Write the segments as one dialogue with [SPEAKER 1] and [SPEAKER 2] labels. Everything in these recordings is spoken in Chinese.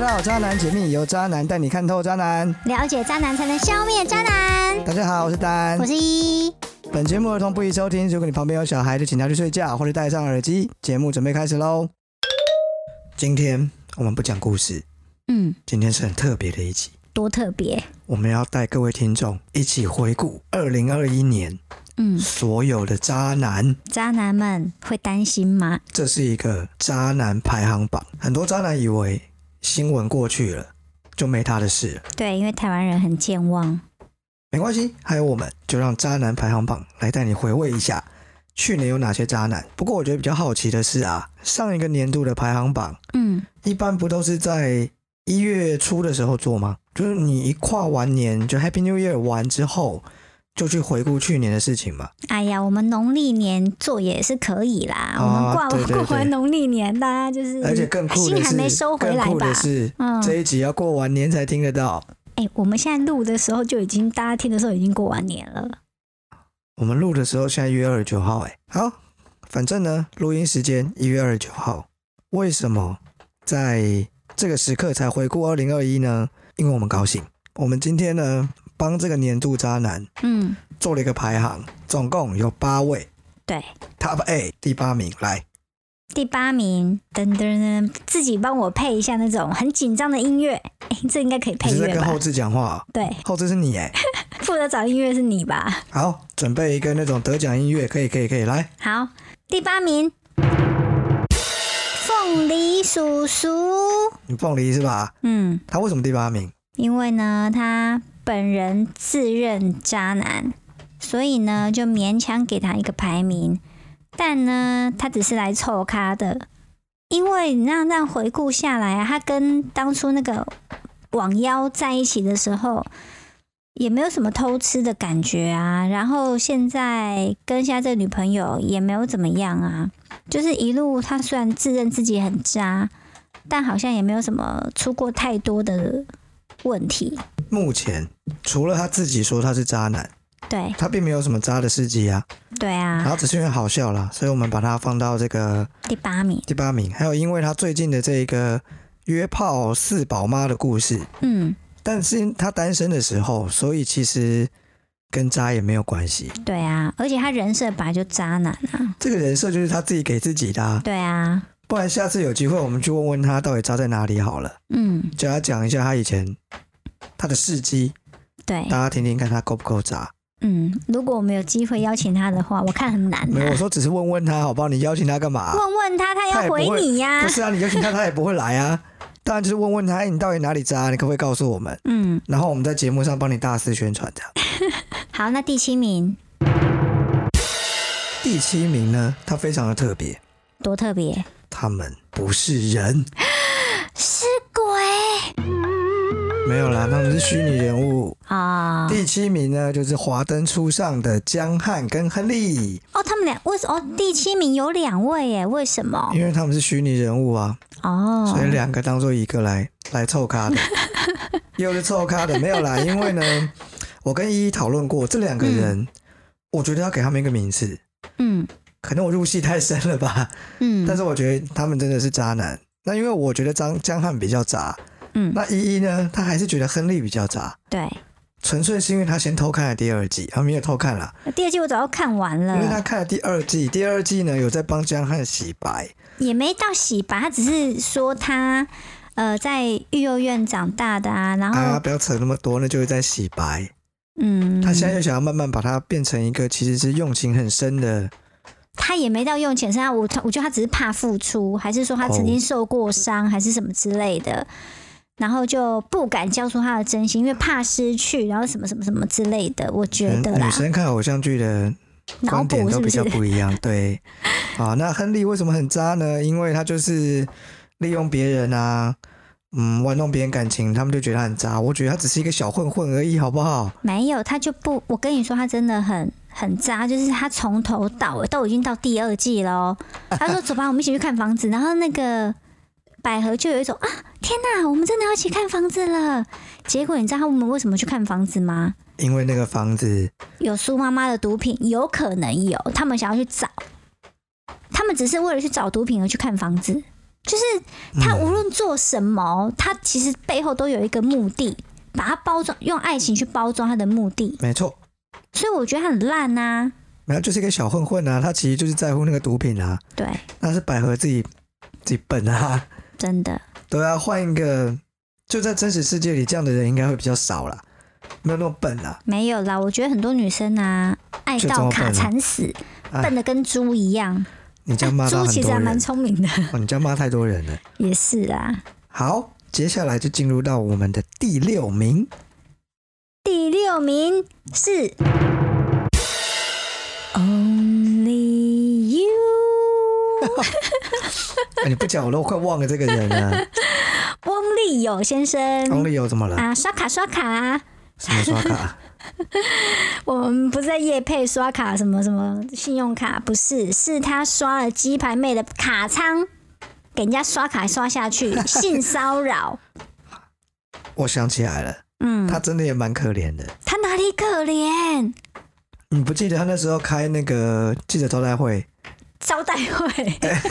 [SPEAKER 1] 到《渣男解密》，由渣男带你看透渣男。
[SPEAKER 2] 了解渣男才能消灭渣男。
[SPEAKER 1] 大家好，我是丹
[SPEAKER 2] 我。是一，
[SPEAKER 1] 本节目儿童不宜收听，如果你旁边有小孩，就请他去睡觉或者戴上耳机。节目准备开始喽。今天我们不讲故事，
[SPEAKER 2] 嗯，
[SPEAKER 1] 今天是很特别的一集，
[SPEAKER 2] 多特别，
[SPEAKER 1] 我们要带各位听众一起回顾二零二一年
[SPEAKER 2] 嗯，
[SPEAKER 1] 所有的渣男。
[SPEAKER 2] 渣男们会担心吗？
[SPEAKER 1] 这是一个渣男排行榜，很多渣男以为新闻过去了就没他的事了。
[SPEAKER 2] 对，因为台湾人很健忘。
[SPEAKER 1] 没关系，还有我们就让渣男排行榜来带你回味一下去年有哪些渣男。不过我觉得比较好奇的是啊，上一个年度的排行榜
[SPEAKER 2] 嗯，
[SPEAKER 1] 一般不都是在一月初的时候做吗？就是你一跨完年，就 Happy New Year 完之后，就去回顾去年的事情嘛。
[SPEAKER 2] 哎呀，我们农历年做也是可以啦，
[SPEAKER 1] 啊
[SPEAKER 2] 我们挂
[SPEAKER 1] 对对对
[SPEAKER 2] 过完农历年，大家就是
[SPEAKER 1] 而且更酷的
[SPEAKER 2] 嗯心还
[SPEAKER 1] 是，
[SPEAKER 2] 没收回来
[SPEAKER 1] 更酷
[SPEAKER 2] 吧
[SPEAKER 1] 的？是、
[SPEAKER 2] 嗯，
[SPEAKER 1] 这一集要过完年才听得到。
[SPEAKER 2] 哎、我们现在录的时候就已经，大家听的时候已经过完年了。
[SPEAKER 1] 我们录的时候现在一月二十九号、欸，哎，好，反正呢，录音时间一月二十九号。为什么在这个时刻才回顾二零二一呢？因为我们高兴，我们今天呢帮这个年度渣男
[SPEAKER 2] 嗯，
[SPEAKER 1] 做了一个排行，总共有八位
[SPEAKER 2] 对，
[SPEAKER 1] ，Top A 第八名，来，
[SPEAKER 2] 第八名，噔噔噔，自己帮我配一下那种很紧张的音乐。哎、这应该可以
[SPEAKER 1] 你
[SPEAKER 2] 配
[SPEAKER 1] 是在
[SPEAKER 2] 乐
[SPEAKER 1] 跟
[SPEAKER 2] 吧
[SPEAKER 1] 后？置讲话哦、
[SPEAKER 2] 对，
[SPEAKER 1] 后置是你哎、
[SPEAKER 2] 负责找音乐是你吧？
[SPEAKER 1] 好，准备一个那种得奖音乐，可以可以可以，来，
[SPEAKER 2] 好，第八名，凤梨叔叔。
[SPEAKER 1] 你凤梨是吧？
[SPEAKER 2] 嗯，
[SPEAKER 1] 他为什么第八名？
[SPEAKER 2] 因为呢，他本人自认渣男，所以呢，就勉强给他一个排名。但呢，他只是来凑咖的，因为你让让回顾下来啊，他跟当初那个网妖在一起的时候，也没有什么偷吃的感觉啊。然后现在跟现在这个女朋友也没有怎么样啊，就是一路他虽然自认自己很渣，但好像也没有什么出过太多的问题。
[SPEAKER 1] 目前除了他自己说他是渣男，
[SPEAKER 2] 对
[SPEAKER 1] 他并没有什么渣的事迹啊。
[SPEAKER 2] 对
[SPEAKER 1] 然
[SPEAKER 2] 啊，
[SPEAKER 1] 后只是因为好笑啦，所以我们把它放到这个
[SPEAKER 2] 第八名，
[SPEAKER 1] 第八名。还有因为他最近的这个约炮四宝妈的故事，
[SPEAKER 2] 嗯，
[SPEAKER 1] 但是他单身的时候，所以其实跟渣也没有关系。
[SPEAKER 2] 对啊，而且他人设本来就渣男啊，
[SPEAKER 1] 这个人设就是他自己给自己的、啊，
[SPEAKER 2] 对啊，
[SPEAKER 1] 不然下次有机会我们去问问他到底渣在哪里好了，
[SPEAKER 2] 嗯，
[SPEAKER 1] 叫他讲一下他以前他的事迹，
[SPEAKER 2] 对
[SPEAKER 1] 大，家听听看他够不够渣。
[SPEAKER 2] 嗯，如果我们有机会邀请他的话，我看很难、
[SPEAKER 1] 没有，我
[SPEAKER 2] 啊。
[SPEAKER 1] 说只是问问他好不好？你邀请他干嘛、
[SPEAKER 2] 问问他，他
[SPEAKER 1] 他也
[SPEAKER 2] 要
[SPEAKER 1] 不
[SPEAKER 2] 回
[SPEAKER 1] 会
[SPEAKER 2] 你呀、
[SPEAKER 1] 不是啊，你邀请他他也不会来啊。 当然就是问问他，哎，你到底哪里渣？你可不可以告诉我们？
[SPEAKER 2] 嗯，
[SPEAKER 1] 然后我们在节目上帮你大肆宣传这样。
[SPEAKER 2] 好，那第七名
[SPEAKER 1] 第七名呢，他非常的特别，
[SPEAKER 2] 多特别，
[SPEAKER 1] 他们不是人，
[SPEAKER 2] 是鬼
[SPEAKER 1] 没有啦，他们是虚拟人物。
[SPEAKER 2] 啊！哦
[SPEAKER 1] 第七名呢，就是《华灯初上》的江汉跟亨利，
[SPEAKER 2] 哦，他们俩为什哦第七名有两位耶？为什么？
[SPEAKER 1] 因为他们是虚拟人物啊，
[SPEAKER 2] 哦
[SPEAKER 1] 所以两个当做一个来来凑 咖的，又是凑咖的，没有啦，因为呢，我跟依依讨论过这两个人，我觉得要给他们一个名字，
[SPEAKER 2] 嗯
[SPEAKER 1] 可能我入戏太深了吧，
[SPEAKER 2] 嗯，
[SPEAKER 1] 但是我觉得他们真的是渣男。那因为我觉得张江汉比较渣，
[SPEAKER 2] 嗯
[SPEAKER 1] 那依依呢，她还是觉得亨利比较渣，
[SPEAKER 2] 对，
[SPEAKER 1] 纯粹是因为她先偷看了第二季，啊没有偷看啦，
[SPEAKER 2] 第二季我早就看完
[SPEAKER 1] 因为她
[SPEAKER 2] 了，
[SPEAKER 1] 看了第二季，第二季呢有在帮江汉洗白，
[SPEAKER 2] 也没到洗白，他只是说他呃在育幼院长大的啊，然后、
[SPEAKER 1] 啊不要扯那么多，那就是在洗白。
[SPEAKER 2] 嗯，
[SPEAKER 1] 她现在又想要慢慢把它变成一个其实是用情很深的，
[SPEAKER 2] 他也没到用钱身上，我我觉得他只是怕付出，还是说他曾经受过伤，还是什么之类的，然后就不敢交出他的真心，因为怕失去，然后什么什么什么之类的，我觉得
[SPEAKER 1] 嗯
[SPEAKER 2] 啦
[SPEAKER 1] 女，生看偶像剧的
[SPEAKER 2] 脑
[SPEAKER 1] 观点
[SPEAKER 2] 补是
[SPEAKER 1] 都
[SPEAKER 2] 不
[SPEAKER 1] 比
[SPEAKER 2] 是
[SPEAKER 1] 较？不一样， 对。啊，那亨利为什么很渣呢？因为他就是利用别人啊，嗯，玩弄别人感情，他们就觉得他很渣。我觉得他只是一个小混混而已，好不好？
[SPEAKER 2] 没有，他就不，我跟你说，他真的很很渣，就是他从头到尾都已经到第二季喽。他说：“走吧，我们一起去看房子。”然后那个百合就有一种啊，天哪，我们真的要一起看房子了。结果你知道他们为什么去看房子吗？
[SPEAKER 1] 因为那个房子，
[SPEAKER 2] 有苏妈妈的毒品，有可能有，他们想要去找，他们只是为了去找毒品而去看房子，就是他无论做什么，他其实背后都有一个目的，把它包装，用爱情去包装他的目的，
[SPEAKER 1] 没错，
[SPEAKER 2] 所以我觉得他很烂啊。
[SPEAKER 1] 然后就是一个小混混啊，他其实就是在乎那个毒品啊，
[SPEAKER 2] 对，
[SPEAKER 1] 那是百合自己自己笨啊，
[SPEAKER 2] 真的，
[SPEAKER 1] 对啊，换一个，就在真实世界里，这样的人应该会比较少啦，没有那么笨啦。
[SPEAKER 2] 没有啦，我觉得很多女生啊，爱
[SPEAKER 1] 就这
[SPEAKER 2] 到
[SPEAKER 1] 么
[SPEAKER 2] 卡
[SPEAKER 1] 笨啊
[SPEAKER 2] 惨死，
[SPEAKER 1] 哎
[SPEAKER 2] 笨的跟猪一样。
[SPEAKER 1] 你这样骂
[SPEAKER 2] 哎猪
[SPEAKER 1] 到很
[SPEAKER 2] 其实
[SPEAKER 1] 多
[SPEAKER 2] 还蛮
[SPEAKER 1] 人，
[SPEAKER 2] 聪明的，
[SPEAKER 1] 哦，你这样骂太多人了。
[SPEAKER 2] 也是啊。
[SPEAKER 1] 好，接下来就进入到我们的第六名，
[SPEAKER 2] 第六名是 Only You
[SPEAKER 1] 哎你不讲我都快忘了这个人啊了。
[SPEAKER 2] 翁立友先生
[SPEAKER 1] 翁立友怎么了？
[SPEAKER 2] 啊，刷卡刷卡，
[SPEAKER 1] 什么刷卡？
[SPEAKER 2] 我们不是在夜配刷卡什么什么信用卡，不是，是他刷了鸡排妹的卡仓，给人家刷卡刷下去，性骚 扰。
[SPEAKER 1] 我想起来了，
[SPEAKER 2] 嗯，
[SPEAKER 1] 他真的也蛮可怜的。
[SPEAKER 2] 他哪里可怜？
[SPEAKER 1] 你不记得他那时候开那个记者招待会，
[SPEAKER 2] 招 待会、啊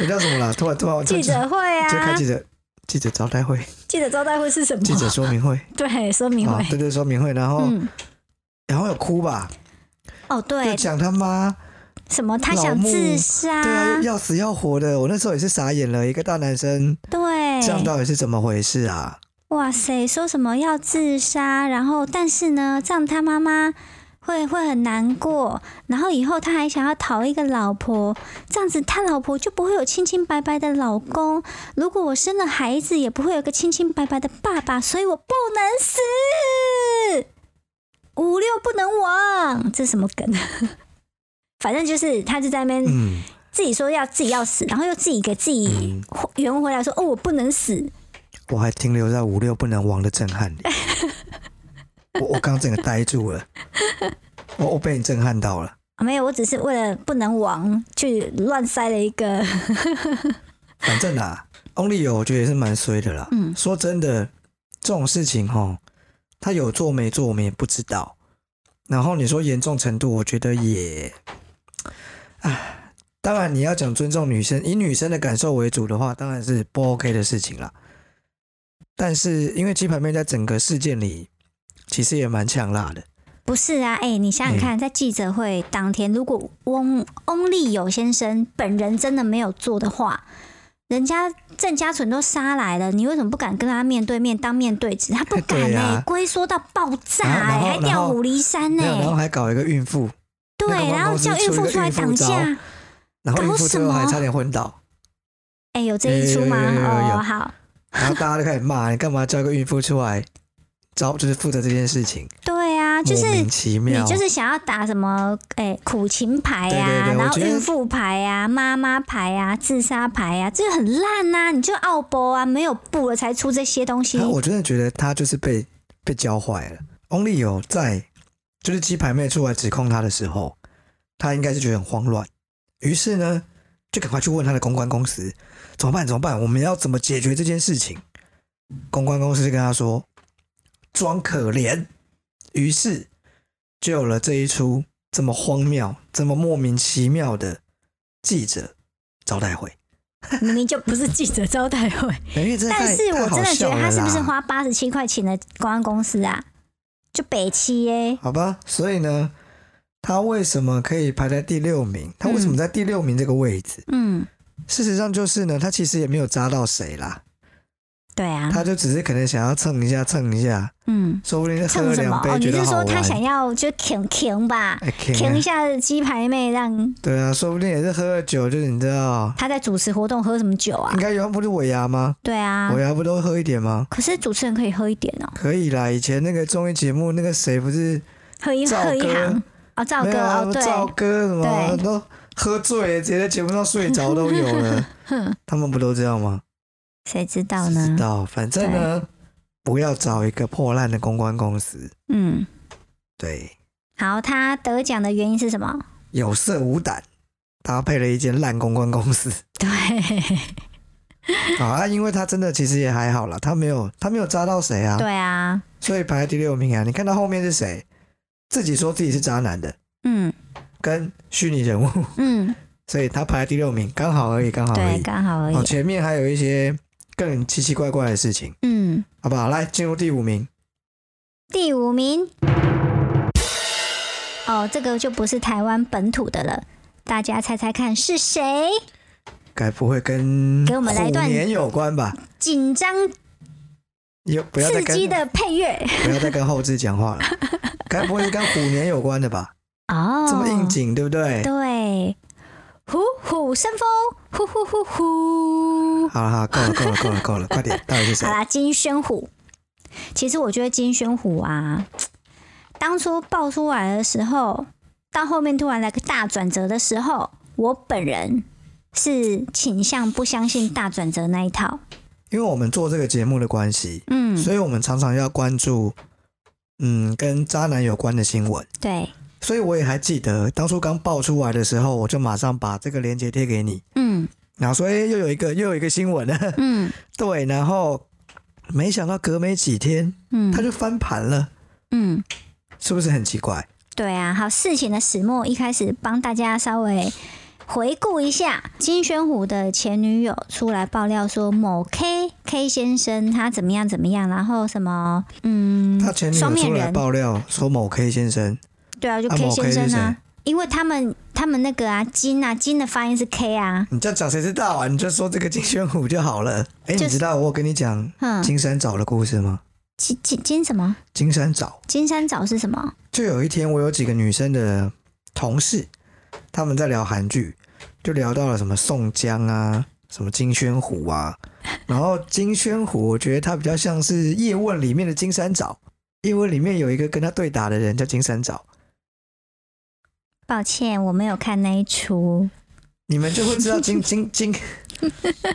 [SPEAKER 1] 那叫什么啦？突然突然
[SPEAKER 2] 记
[SPEAKER 1] 就
[SPEAKER 2] 者会
[SPEAKER 1] 就开
[SPEAKER 2] 啊，
[SPEAKER 1] 记者记者招待会、
[SPEAKER 2] 记者招待会是什么？
[SPEAKER 1] 记者说明会
[SPEAKER 2] 对，说明
[SPEAKER 1] 啊
[SPEAKER 2] 会，。
[SPEAKER 1] 对对，说明会，然后
[SPEAKER 2] 嗯，
[SPEAKER 1] 然后有哭吧，
[SPEAKER 2] 哦，
[SPEAKER 1] 就
[SPEAKER 2] 对，
[SPEAKER 1] 讲他妈，
[SPEAKER 2] 什么他
[SPEAKER 1] 老
[SPEAKER 2] 想
[SPEAKER 1] 木
[SPEAKER 2] 自杀，
[SPEAKER 1] 对啊，要死要活的，我那时候也是傻眼了，一个大男生
[SPEAKER 2] 对
[SPEAKER 1] 这样到底是怎么回事啊？
[SPEAKER 2] 哇塞，说什么要自杀，然后但是呢，这样他妈妈会会很难过，然后以后他还想要讨一个老婆，这样子他老婆就不会有清清白白的老公，如果我生了孩子，也不会有个清清白白的爸爸，所以我不能死。五六不能亡，这是什么梗？ 反正就是他就在那边
[SPEAKER 1] 嗯，
[SPEAKER 2] 自己说要自己要死，然后又自己给自己圆回来说：“哦，我不能死。
[SPEAKER 1] 我还停留在五六不能亡的震撼里，我我刚整个呆住了，我我被你震撼到了。
[SPEAKER 2] 啊没有，我只是为了不能亡去乱塞了一个。
[SPEAKER 1] 反正啊，Only 有我觉得也是蛮衰的啦。
[SPEAKER 2] 嗯
[SPEAKER 1] 说真的，这种事情哈，他有做没做我们也不知道。然后你说严重程度，我觉得也，唉，当然你要讲尊重女生，以女生的感受为主的话，当然是不 OK 的事情啦。但是因为鸡排妹在整个事件里，其实也蛮呛辣的。
[SPEAKER 2] 不是啊，哎、你
[SPEAKER 1] 嗯
[SPEAKER 2] 想想看，在记者会当天，如果翁翁立友先生本人真的没有做的话，人家郑家纯都杀来了，你为什么不敢跟他面对面当面对质？他不敢
[SPEAKER 1] 对
[SPEAKER 2] 哎、
[SPEAKER 1] 啊
[SPEAKER 2] 龟缩到爆炸
[SPEAKER 1] 然后然
[SPEAKER 2] 哎、
[SPEAKER 1] 后
[SPEAKER 2] 还调虎离山呢、
[SPEAKER 1] 没有，然后还搞一个孕妇，
[SPEAKER 2] 对，
[SPEAKER 1] 那个
[SPEAKER 2] 然后
[SPEAKER 1] 公司
[SPEAKER 2] 叫孕
[SPEAKER 1] 出一
[SPEAKER 2] 妇
[SPEAKER 1] 个
[SPEAKER 2] 出来
[SPEAKER 1] 孕妇
[SPEAKER 2] 挡
[SPEAKER 1] 招
[SPEAKER 2] 架。
[SPEAKER 1] 然后
[SPEAKER 2] 搞
[SPEAKER 1] 孕妇最后
[SPEAKER 2] 什么
[SPEAKER 1] 还差点昏倒。
[SPEAKER 2] 哎、有这一出吗？
[SPEAKER 1] 有有有有有
[SPEAKER 2] 哦，好，
[SPEAKER 1] 然后大家就开始骂你干嘛叫一个孕妇出来招，就是负责这件事情，
[SPEAKER 2] 对啊，就是
[SPEAKER 1] 莫名其
[SPEAKER 2] 你
[SPEAKER 1] 妙，
[SPEAKER 2] 就是想要打什么？哎、苦情牌呀、
[SPEAKER 1] 对对对
[SPEAKER 2] 然
[SPEAKER 1] 我
[SPEAKER 2] 后
[SPEAKER 1] 觉得
[SPEAKER 2] 孕妇牌呀、妈妈牌呀、自杀牌呀、这个很烂呐、你就奥博啊，没有布了才出这些东西
[SPEAKER 1] 他。啊我真的觉得他就是被被教坏了。Only 有在就是鸡排妹出来指控他的时候，他应该是觉得很慌乱，于是呢就赶快去问他的公关公司怎么办？怎么办？我们要怎么解决这件事情？公关公司就跟他说装可怜，于是就有了这一出这么荒谬、这么莫名其妙的记者招待会。哎
[SPEAKER 2] 明明就不是记者招 待会，
[SPEAKER 1] 因为真的太
[SPEAKER 2] 但是我
[SPEAKER 1] 太好
[SPEAKER 2] 真的觉
[SPEAKER 1] 笑
[SPEAKER 2] 得
[SPEAKER 1] 了
[SPEAKER 2] 他是不是
[SPEAKER 1] 啦
[SPEAKER 2] 花八十七块请的公安公司啊？就北七耶、
[SPEAKER 1] 好吧，所以呢，他为什么可以排在第六名？他为什么在第六名这个位置？
[SPEAKER 2] 嗯，
[SPEAKER 1] 事实上就是呢，他其实也没有扎到谁啦，
[SPEAKER 2] 对啊，
[SPEAKER 1] 他就只是可能想要蹭一下蹭一下，
[SPEAKER 2] 嗯，
[SPEAKER 1] 说不定喝
[SPEAKER 2] 蹭
[SPEAKER 1] 了
[SPEAKER 2] 什么
[SPEAKER 1] 两？
[SPEAKER 2] 哦，
[SPEAKER 1] 杯
[SPEAKER 2] 你
[SPEAKER 1] 觉得
[SPEAKER 2] 是
[SPEAKER 1] 好
[SPEAKER 2] 说
[SPEAKER 1] 玩。
[SPEAKER 2] 他想要就挺挺吧？
[SPEAKER 1] 哎，king 啊
[SPEAKER 2] 挺一下鸡排妹，让
[SPEAKER 1] 对啊，说不定也是喝了酒，就是你知道，
[SPEAKER 2] 他在主持活动喝什么酒啊
[SPEAKER 1] 应？该原本不是尾牙吗？
[SPEAKER 2] 对啊
[SPEAKER 1] 尾，牙不都喝一点吗？
[SPEAKER 2] 可是主持人可以喝一点哦、
[SPEAKER 1] 可以啦，以前那个综艺节目那个谁不是
[SPEAKER 2] 喝一
[SPEAKER 1] 赵
[SPEAKER 2] 喝一
[SPEAKER 1] 哥
[SPEAKER 2] 行哦，赵
[SPEAKER 1] 没
[SPEAKER 2] 哥
[SPEAKER 1] 有啊
[SPEAKER 2] 哦，
[SPEAKER 1] 赵
[SPEAKER 2] 对，
[SPEAKER 1] 哥什么
[SPEAKER 2] 对
[SPEAKER 1] 都喝醉了，直接在节目上睡着都有了， 他们不都这样吗？
[SPEAKER 2] 谁知道
[SPEAKER 1] 知
[SPEAKER 2] 呢？
[SPEAKER 1] 道，哦反正呢，不要找一个破烂的公关公司，
[SPEAKER 2] 嗯，
[SPEAKER 1] 对，
[SPEAKER 2] 好，他得奖的原因是什 么？
[SPEAKER 1] 有色无胆，搭配了一间烂公关公 司
[SPEAKER 2] 对，
[SPEAKER 1] 啊好啊，因为他真的其实也还好啦，他没有他没有扎到谁啊，
[SPEAKER 2] 对啊，
[SPEAKER 1] 所以排在第六名啊。你看到后面是谁？自己说自己是渣男的，
[SPEAKER 2] 嗯
[SPEAKER 1] 跟虚拟人物
[SPEAKER 2] 嗯，
[SPEAKER 1] 所以他排在第六名，刚好而已，刚好而
[SPEAKER 2] 对，
[SPEAKER 1] 已。
[SPEAKER 2] 刚好而已
[SPEAKER 1] 哦，。前面还有一些更奇奇怪怪的事情，
[SPEAKER 2] 嗯，
[SPEAKER 1] 好不好？来，进入第五名，
[SPEAKER 2] 第五名，哦，这个就不是台湾本土的了，大家猜猜看是谁？
[SPEAKER 1] 该不会跟
[SPEAKER 2] 给我们来一段
[SPEAKER 1] 虎年有关吧？
[SPEAKER 2] 紧张
[SPEAKER 1] 有不要再
[SPEAKER 2] 刺
[SPEAKER 1] 跟
[SPEAKER 2] 激的配乐
[SPEAKER 1] 不要再跟后置讲话了，该不会是跟虎年有关的吧？
[SPEAKER 2] 哦，
[SPEAKER 1] 这么应景，对不对？
[SPEAKER 2] 对，虎虎生风，呼呼呼呼。
[SPEAKER 1] 好了好了，够了够了够了够了，快点，到底是谁
[SPEAKER 2] 好？啦，金宣虎。其实我觉得金宣虎啊，当初爆出来的时候，到后面突然来个大转折的时候，我本人是倾向不相信大转折那一套。
[SPEAKER 1] 因为我们做这个节目的关系，
[SPEAKER 2] 嗯，
[SPEAKER 1] 所以我们常常要关注，嗯，跟渣男有关的新闻。
[SPEAKER 2] 对，
[SPEAKER 1] 所以我也还记得当初刚爆出来的时候，我就马上把这个链接贴给你，
[SPEAKER 2] 嗯
[SPEAKER 1] 然后说，哎、又有一个又有一个新闻了，
[SPEAKER 2] 嗯
[SPEAKER 1] 对，然后没想到隔没几天，他
[SPEAKER 2] 嗯
[SPEAKER 1] 就翻盘了，
[SPEAKER 2] 嗯，
[SPEAKER 1] 是不是很奇怪？
[SPEAKER 2] 对啊。好，事情的始末一开始帮大家稍微回顾一下，金宣虎的前女友出来爆料说某 K K 先生他怎么样怎么样，然后什么嗯，
[SPEAKER 1] 他前女友
[SPEAKER 2] 双面
[SPEAKER 1] 出来
[SPEAKER 2] 人
[SPEAKER 1] 爆料说某 K 先生，
[SPEAKER 2] 对啊，就
[SPEAKER 1] 啊
[SPEAKER 2] K
[SPEAKER 1] 某 K
[SPEAKER 2] 先生
[SPEAKER 1] 是谁
[SPEAKER 2] 啊，因为他们他们那个啊金啊金的发音是 K 啊，
[SPEAKER 1] 你这样讲谁知道啊？你就说这个金宣虎就好了。哎、你
[SPEAKER 2] 就是
[SPEAKER 1] 知道我有跟你讲
[SPEAKER 2] 嗯，
[SPEAKER 1] 金山找的故事吗？
[SPEAKER 2] 金金金什么？
[SPEAKER 1] 金山找。
[SPEAKER 2] 金山找是什么？
[SPEAKER 1] 就有一天，我有几个女生的同事，他们在聊韩剧，就聊到了什么宋江啊，什么金宣虎啊。然后金宣虎，我觉得他比较像是《叶问》里面的金三角，《叶问》里面有一个跟他对打的人叫金三角，
[SPEAKER 2] 抱歉，我没有看那一出。
[SPEAKER 1] 你们就会知道 金金金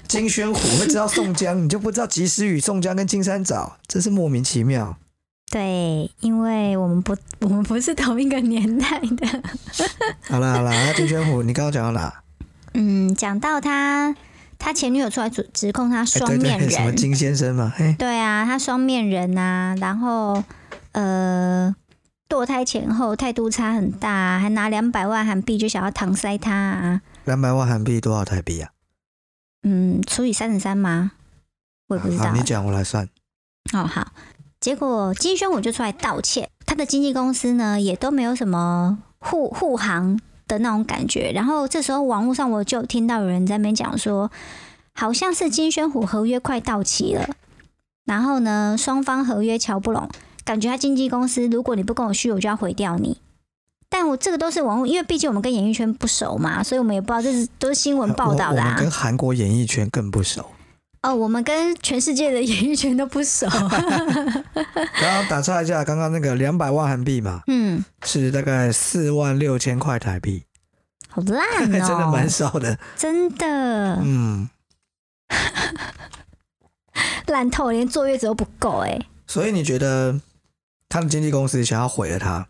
[SPEAKER 1] 金宣虎，会知道宋江，你就不知道及时雨、宋江跟金三角，真是莫名其妙。
[SPEAKER 2] 对，因为我们不我们不是同一个年代的。
[SPEAKER 1] 好啦好啦，那金宣虎，你刚刚讲到哪？
[SPEAKER 2] 嗯，讲到他他前女友出来指指控他
[SPEAKER 1] 哎
[SPEAKER 2] 双
[SPEAKER 1] 对
[SPEAKER 2] 面
[SPEAKER 1] 对，
[SPEAKER 2] 人，
[SPEAKER 1] 什么金先生哎嘛，嘿，
[SPEAKER 2] 对啊，他双面人啊，然后呃，堕胎前后态度差很大啊、还拿两百万韩币就想要搪塞他啊。
[SPEAKER 1] 两百万韩币多少台币啊？
[SPEAKER 2] 嗯，除以三十三吗？我也不知道
[SPEAKER 1] 好，。你讲我来算。
[SPEAKER 2] 哦，好。结果金宣武就出来道歉，他的经纪公司呢也都没有什么护护航的那种感觉。然后这时候网络上我就听到有人在那边讲说，好像是金宣虎合约快到期了，然后呢双方合约瞧不拢，感觉他经纪公司如果你不跟我续，我就要毁掉你。但我这个都是网络，因为毕竟我们跟演艺圈不熟嘛，所以我们也不知道这是都是新闻报道
[SPEAKER 1] 我
[SPEAKER 2] 的、
[SPEAKER 1] 我
[SPEAKER 2] 啊
[SPEAKER 1] 们跟韩国演艺圈更不熟。
[SPEAKER 2] 哦，我们跟全世界的演艺圈都 不熟。
[SPEAKER 1] 刚刚打岔一下，刚刚那个两百万韩币嘛，
[SPEAKER 2] 嗯，
[SPEAKER 1] 是大概四万六千块台币，哎
[SPEAKER 2] 好 烂
[SPEAKER 1] 真
[SPEAKER 2] 哦，
[SPEAKER 1] 的蛮少的。
[SPEAKER 2] 真的
[SPEAKER 1] 嗯，
[SPEAKER 2] 烂透，连坐月子都不够哎、
[SPEAKER 1] 所以你觉得他的经纪公司想要毁了他？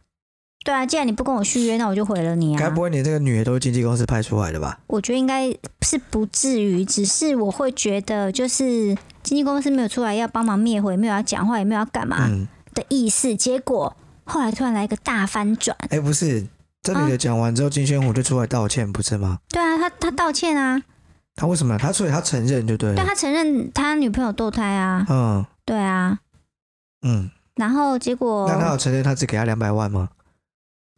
[SPEAKER 2] 对啊，既然你不跟我续约，那我就毁了你
[SPEAKER 1] 该
[SPEAKER 2] 啊
[SPEAKER 1] 不！会你这个女的都是经纪公司派出来的吧？
[SPEAKER 2] 我觉得应该是不至于，只是我会觉得，就是经纪公司没有出来要帮忙灭火，也没有要讲话，也没有要干嘛
[SPEAKER 1] 嗯，
[SPEAKER 2] 的意思。结果后来突然来一个大翻转，
[SPEAKER 1] 哎、不是，这女的讲完之后，金宣虎就出来道歉，不是吗？
[SPEAKER 2] 对啊，他他道歉啊，
[SPEAKER 1] 他为什么？他所以他承认就对
[SPEAKER 2] 对
[SPEAKER 1] 了。
[SPEAKER 2] 他承认他女朋友堕胎啊，
[SPEAKER 1] 嗯
[SPEAKER 2] 对啊，
[SPEAKER 1] 嗯，
[SPEAKER 2] 然后结果
[SPEAKER 1] 那他有承认他只给他两百万吗？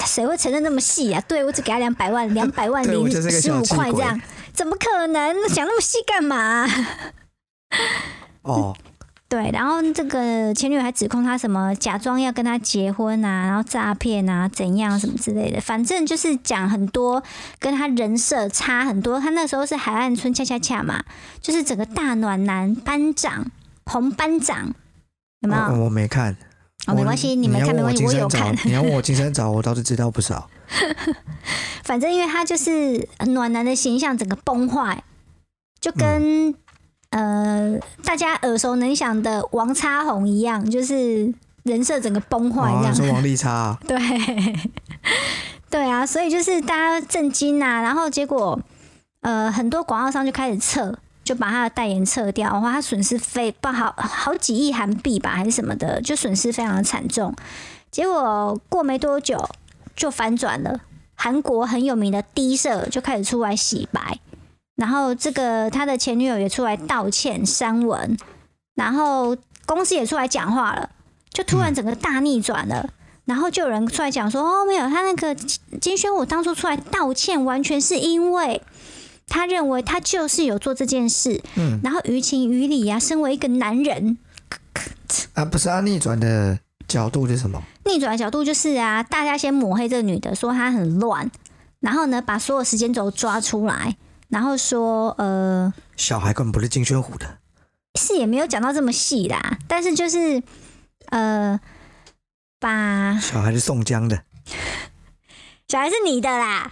[SPEAKER 2] 谁会承认那么细啊？对我只给他两百万，两百万
[SPEAKER 1] 对我
[SPEAKER 2] 零
[SPEAKER 1] 就是个
[SPEAKER 2] 十
[SPEAKER 1] 小
[SPEAKER 2] 五
[SPEAKER 1] 气
[SPEAKER 2] 块
[SPEAKER 1] 鬼
[SPEAKER 2] 这样，怎么可能？讲那么细干嘛 啊、嗯
[SPEAKER 1] 哦，
[SPEAKER 2] 对，然后这个前女友还指控他什么假装要跟他结婚啊，然后诈骗啊，怎样什么之类的，反正就是讲很多跟他人设差很多。他那时候是海岸村恰恰恰嘛，就是整个大暖男班长红班长，有没有？
[SPEAKER 1] 我我没看。
[SPEAKER 2] 哦，没关系，你没
[SPEAKER 1] 要
[SPEAKER 2] 看没
[SPEAKER 1] 问
[SPEAKER 2] 关系，
[SPEAKER 1] 金
[SPEAKER 2] 我
[SPEAKER 1] 山
[SPEAKER 2] 有
[SPEAKER 1] 找
[SPEAKER 2] 看。
[SPEAKER 1] 你要问我金山找，我倒是知道不 少。
[SPEAKER 2] 反正因为他就是呃暖男的形象整个崩坏，就跟、
[SPEAKER 1] 嗯
[SPEAKER 2] 呃大家耳熟能详的王差宏一样，就是人设整个崩坏
[SPEAKER 1] 哦
[SPEAKER 2] 这样。
[SPEAKER 1] 你说王丽差、 啊，
[SPEAKER 2] 对，对啊，所以就是大家震惊啊，然后结果呃很多广告商就开始撤。就把他的代言撤掉，然后他损失非不好好几亿韩币吧，还是什么的，就损失非常的惨重。结果过没多久就反转了，韩国很有名的低社就开始出来洗白，然后这个他的前女友也出来道歉删文，然后公司也出来讲话了，就突然整个大逆转了。然后就有人出来讲说，哦，没有，他那个金金宣武当初出来道歉，完全是因为他认为他就是有做这件事，
[SPEAKER 1] 嗯
[SPEAKER 2] 然后于情于理啊，身为一个男人，
[SPEAKER 1] 啊，不是啊，逆转的角度是什么？
[SPEAKER 2] 逆转的角度就是啊，大家先抹黑这个女的，说她很乱，然后呢，把所有时间轴抓出来，然后说呃，
[SPEAKER 1] 小孩根本不是金宣虎的，
[SPEAKER 2] 是也没有讲到这么细啦，但是就是呃，把
[SPEAKER 1] 小孩是宋江的，
[SPEAKER 2] 小孩是你的啦，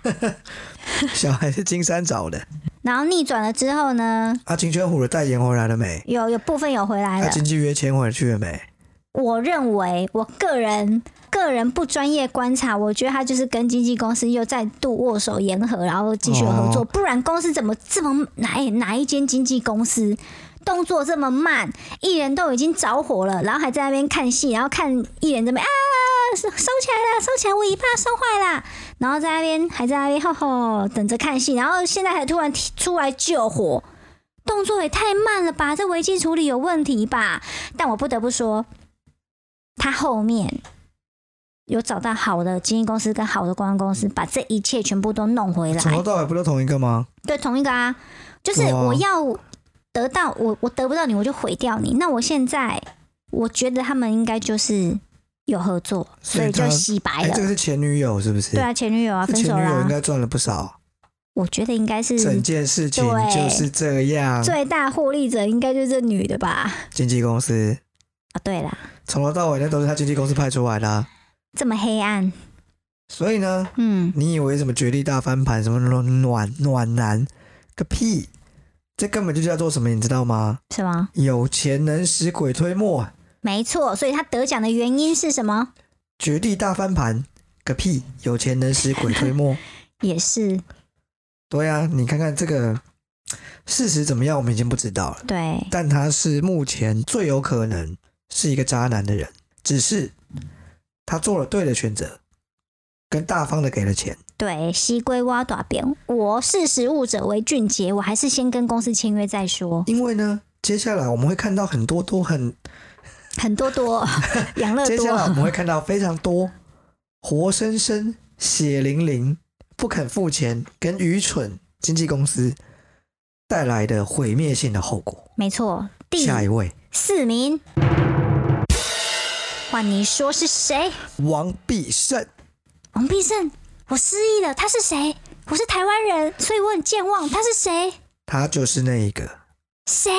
[SPEAKER 1] 小孩是金山找的。
[SPEAKER 2] 然后逆转了之后呢，
[SPEAKER 1] 啊，金宣虎的代言回来了没？
[SPEAKER 2] 有有部分有回来
[SPEAKER 1] 啊，
[SPEAKER 2] 了，
[SPEAKER 1] 经纪约签回去了没？
[SPEAKER 2] 我认为我个人。个人不专业观察，我觉得他就是跟经纪公司又再度握手言和，然后继续合作。
[SPEAKER 1] 哦
[SPEAKER 2] 不然公司怎么这么哪哪一间经纪公司动作这么慢？艺人都已经着火了，然后还在那边看戏，然后看艺人这边啊收收起来了，收起来，我尾巴收坏啦，然后在那边还在那边吼吼等着看戏，然后现在还突然提出来救火，动作也太慢了吧？这危机处理有问题吧？但我不得不说，他后面有找到好的经纪公司跟好的公关
[SPEAKER 1] 嗯
[SPEAKER 2] 公司，把这一切全部都弄回
[SPEAKER 1] 从头
[SPEAKER 2] 来。
[SPEAKER 1] 到尾不都同一个吗？
[SPEAKER 2] 对，同一个啊，就是
[SPEAKER 1] 对啊
[SPEAKER 2] 我要得到我，我得不到你，我就毁掉你。那我现在我觉得他们应该就是有合作，所
[SPEAKER 1] 所
[SPEAKER 2] 以
[SPEAKER 1] 以
[SPEAKER 2] 就
[SPEAKER 1] 他
[SPEAKER 2] 洗白
[SPEAKER 1] 哎、
[SPEAKER 2] 了
[SPEAKER 1] 这。个是前女友是不是？
[SPEAKER 2] 对，啊，前女友啊，分
[SPEAKER 1] 前
[SPEAKER 2] 手
[SPEAKER 1] 女友应
[SPEAKER 2] 啦。
[SPEAKER 1] 该赚了不少。
[SPEAKER 2] 我觉得应该是
[SPEAKER 1] 整件事情
[SPEAKER 2] 对
[SPEAKER 1] 就是这样。
[SPEAKER 2] 最大获利者，应该就是这女的吧？
[SPEAKER 1] 经纪公司
[SPEAKER 2] 啊，对啦，
[SPEAKER 1] 从头到尾那都是他经纪公司派出来的啊、
[SPEAKER 2] 这么黑暗，
[SPEAKER 1] 所以呢，
[SPEAKER 2] 嗯，
[SPEAKER 1] 你以为什么绝地大翻盘，什么暖暖暖男，个屁！这根本就叫做什么，你知道吗？
[SPEAKER 2] 是吗？
[SPEAKER 1] 有钱能使鬼推磨，
[SPEAKER 2] 没错，所以他得奖的原因是什么？
[SPEAKER 1] 绝地大翻盘，个屁！有钱能使鬼推磨。
[SPEAKER 2] 也是
[SPEAKER 1] 对啊，你看看这个事实怎么样，我们已经不知道了。
[SPEAKER 2] 对，
[SPEAKER 1] 但他是目前最有可能是一个渣男的人，只是他做了对的选择，跟大方的给了钱。
[SPEAKER 2] 对，西归挖短边，我视食物者为俊杰，我还是先跟公司签约再说。
[SPEAKER 1] 因为呢，接下来我们会看到很多都很，
[SPEAKER 2] 很多多 养乐
[SPEAKER 1] 接下来我
[SPEAKER 2] 多，
[SPEAKER 1] 们会看到非常多活生生、血淋淋、不肯付钱跟愚蠢经纪公司带来的毁灭性的后果。
[SPEAKER 2] 没错，第
[SPEAKER 1] 下一位，
[SPEAKER 2] 四名，换你说是谁？
[SPEAKER 1] 王必胜。
[SPEAKER 2] 王必胜，我失忆了，他是谁？我是台湾人，所以我很健忘，他是谁？
[SPEAKER 1] 他就是那一个
[SPEAKER 2] 谁？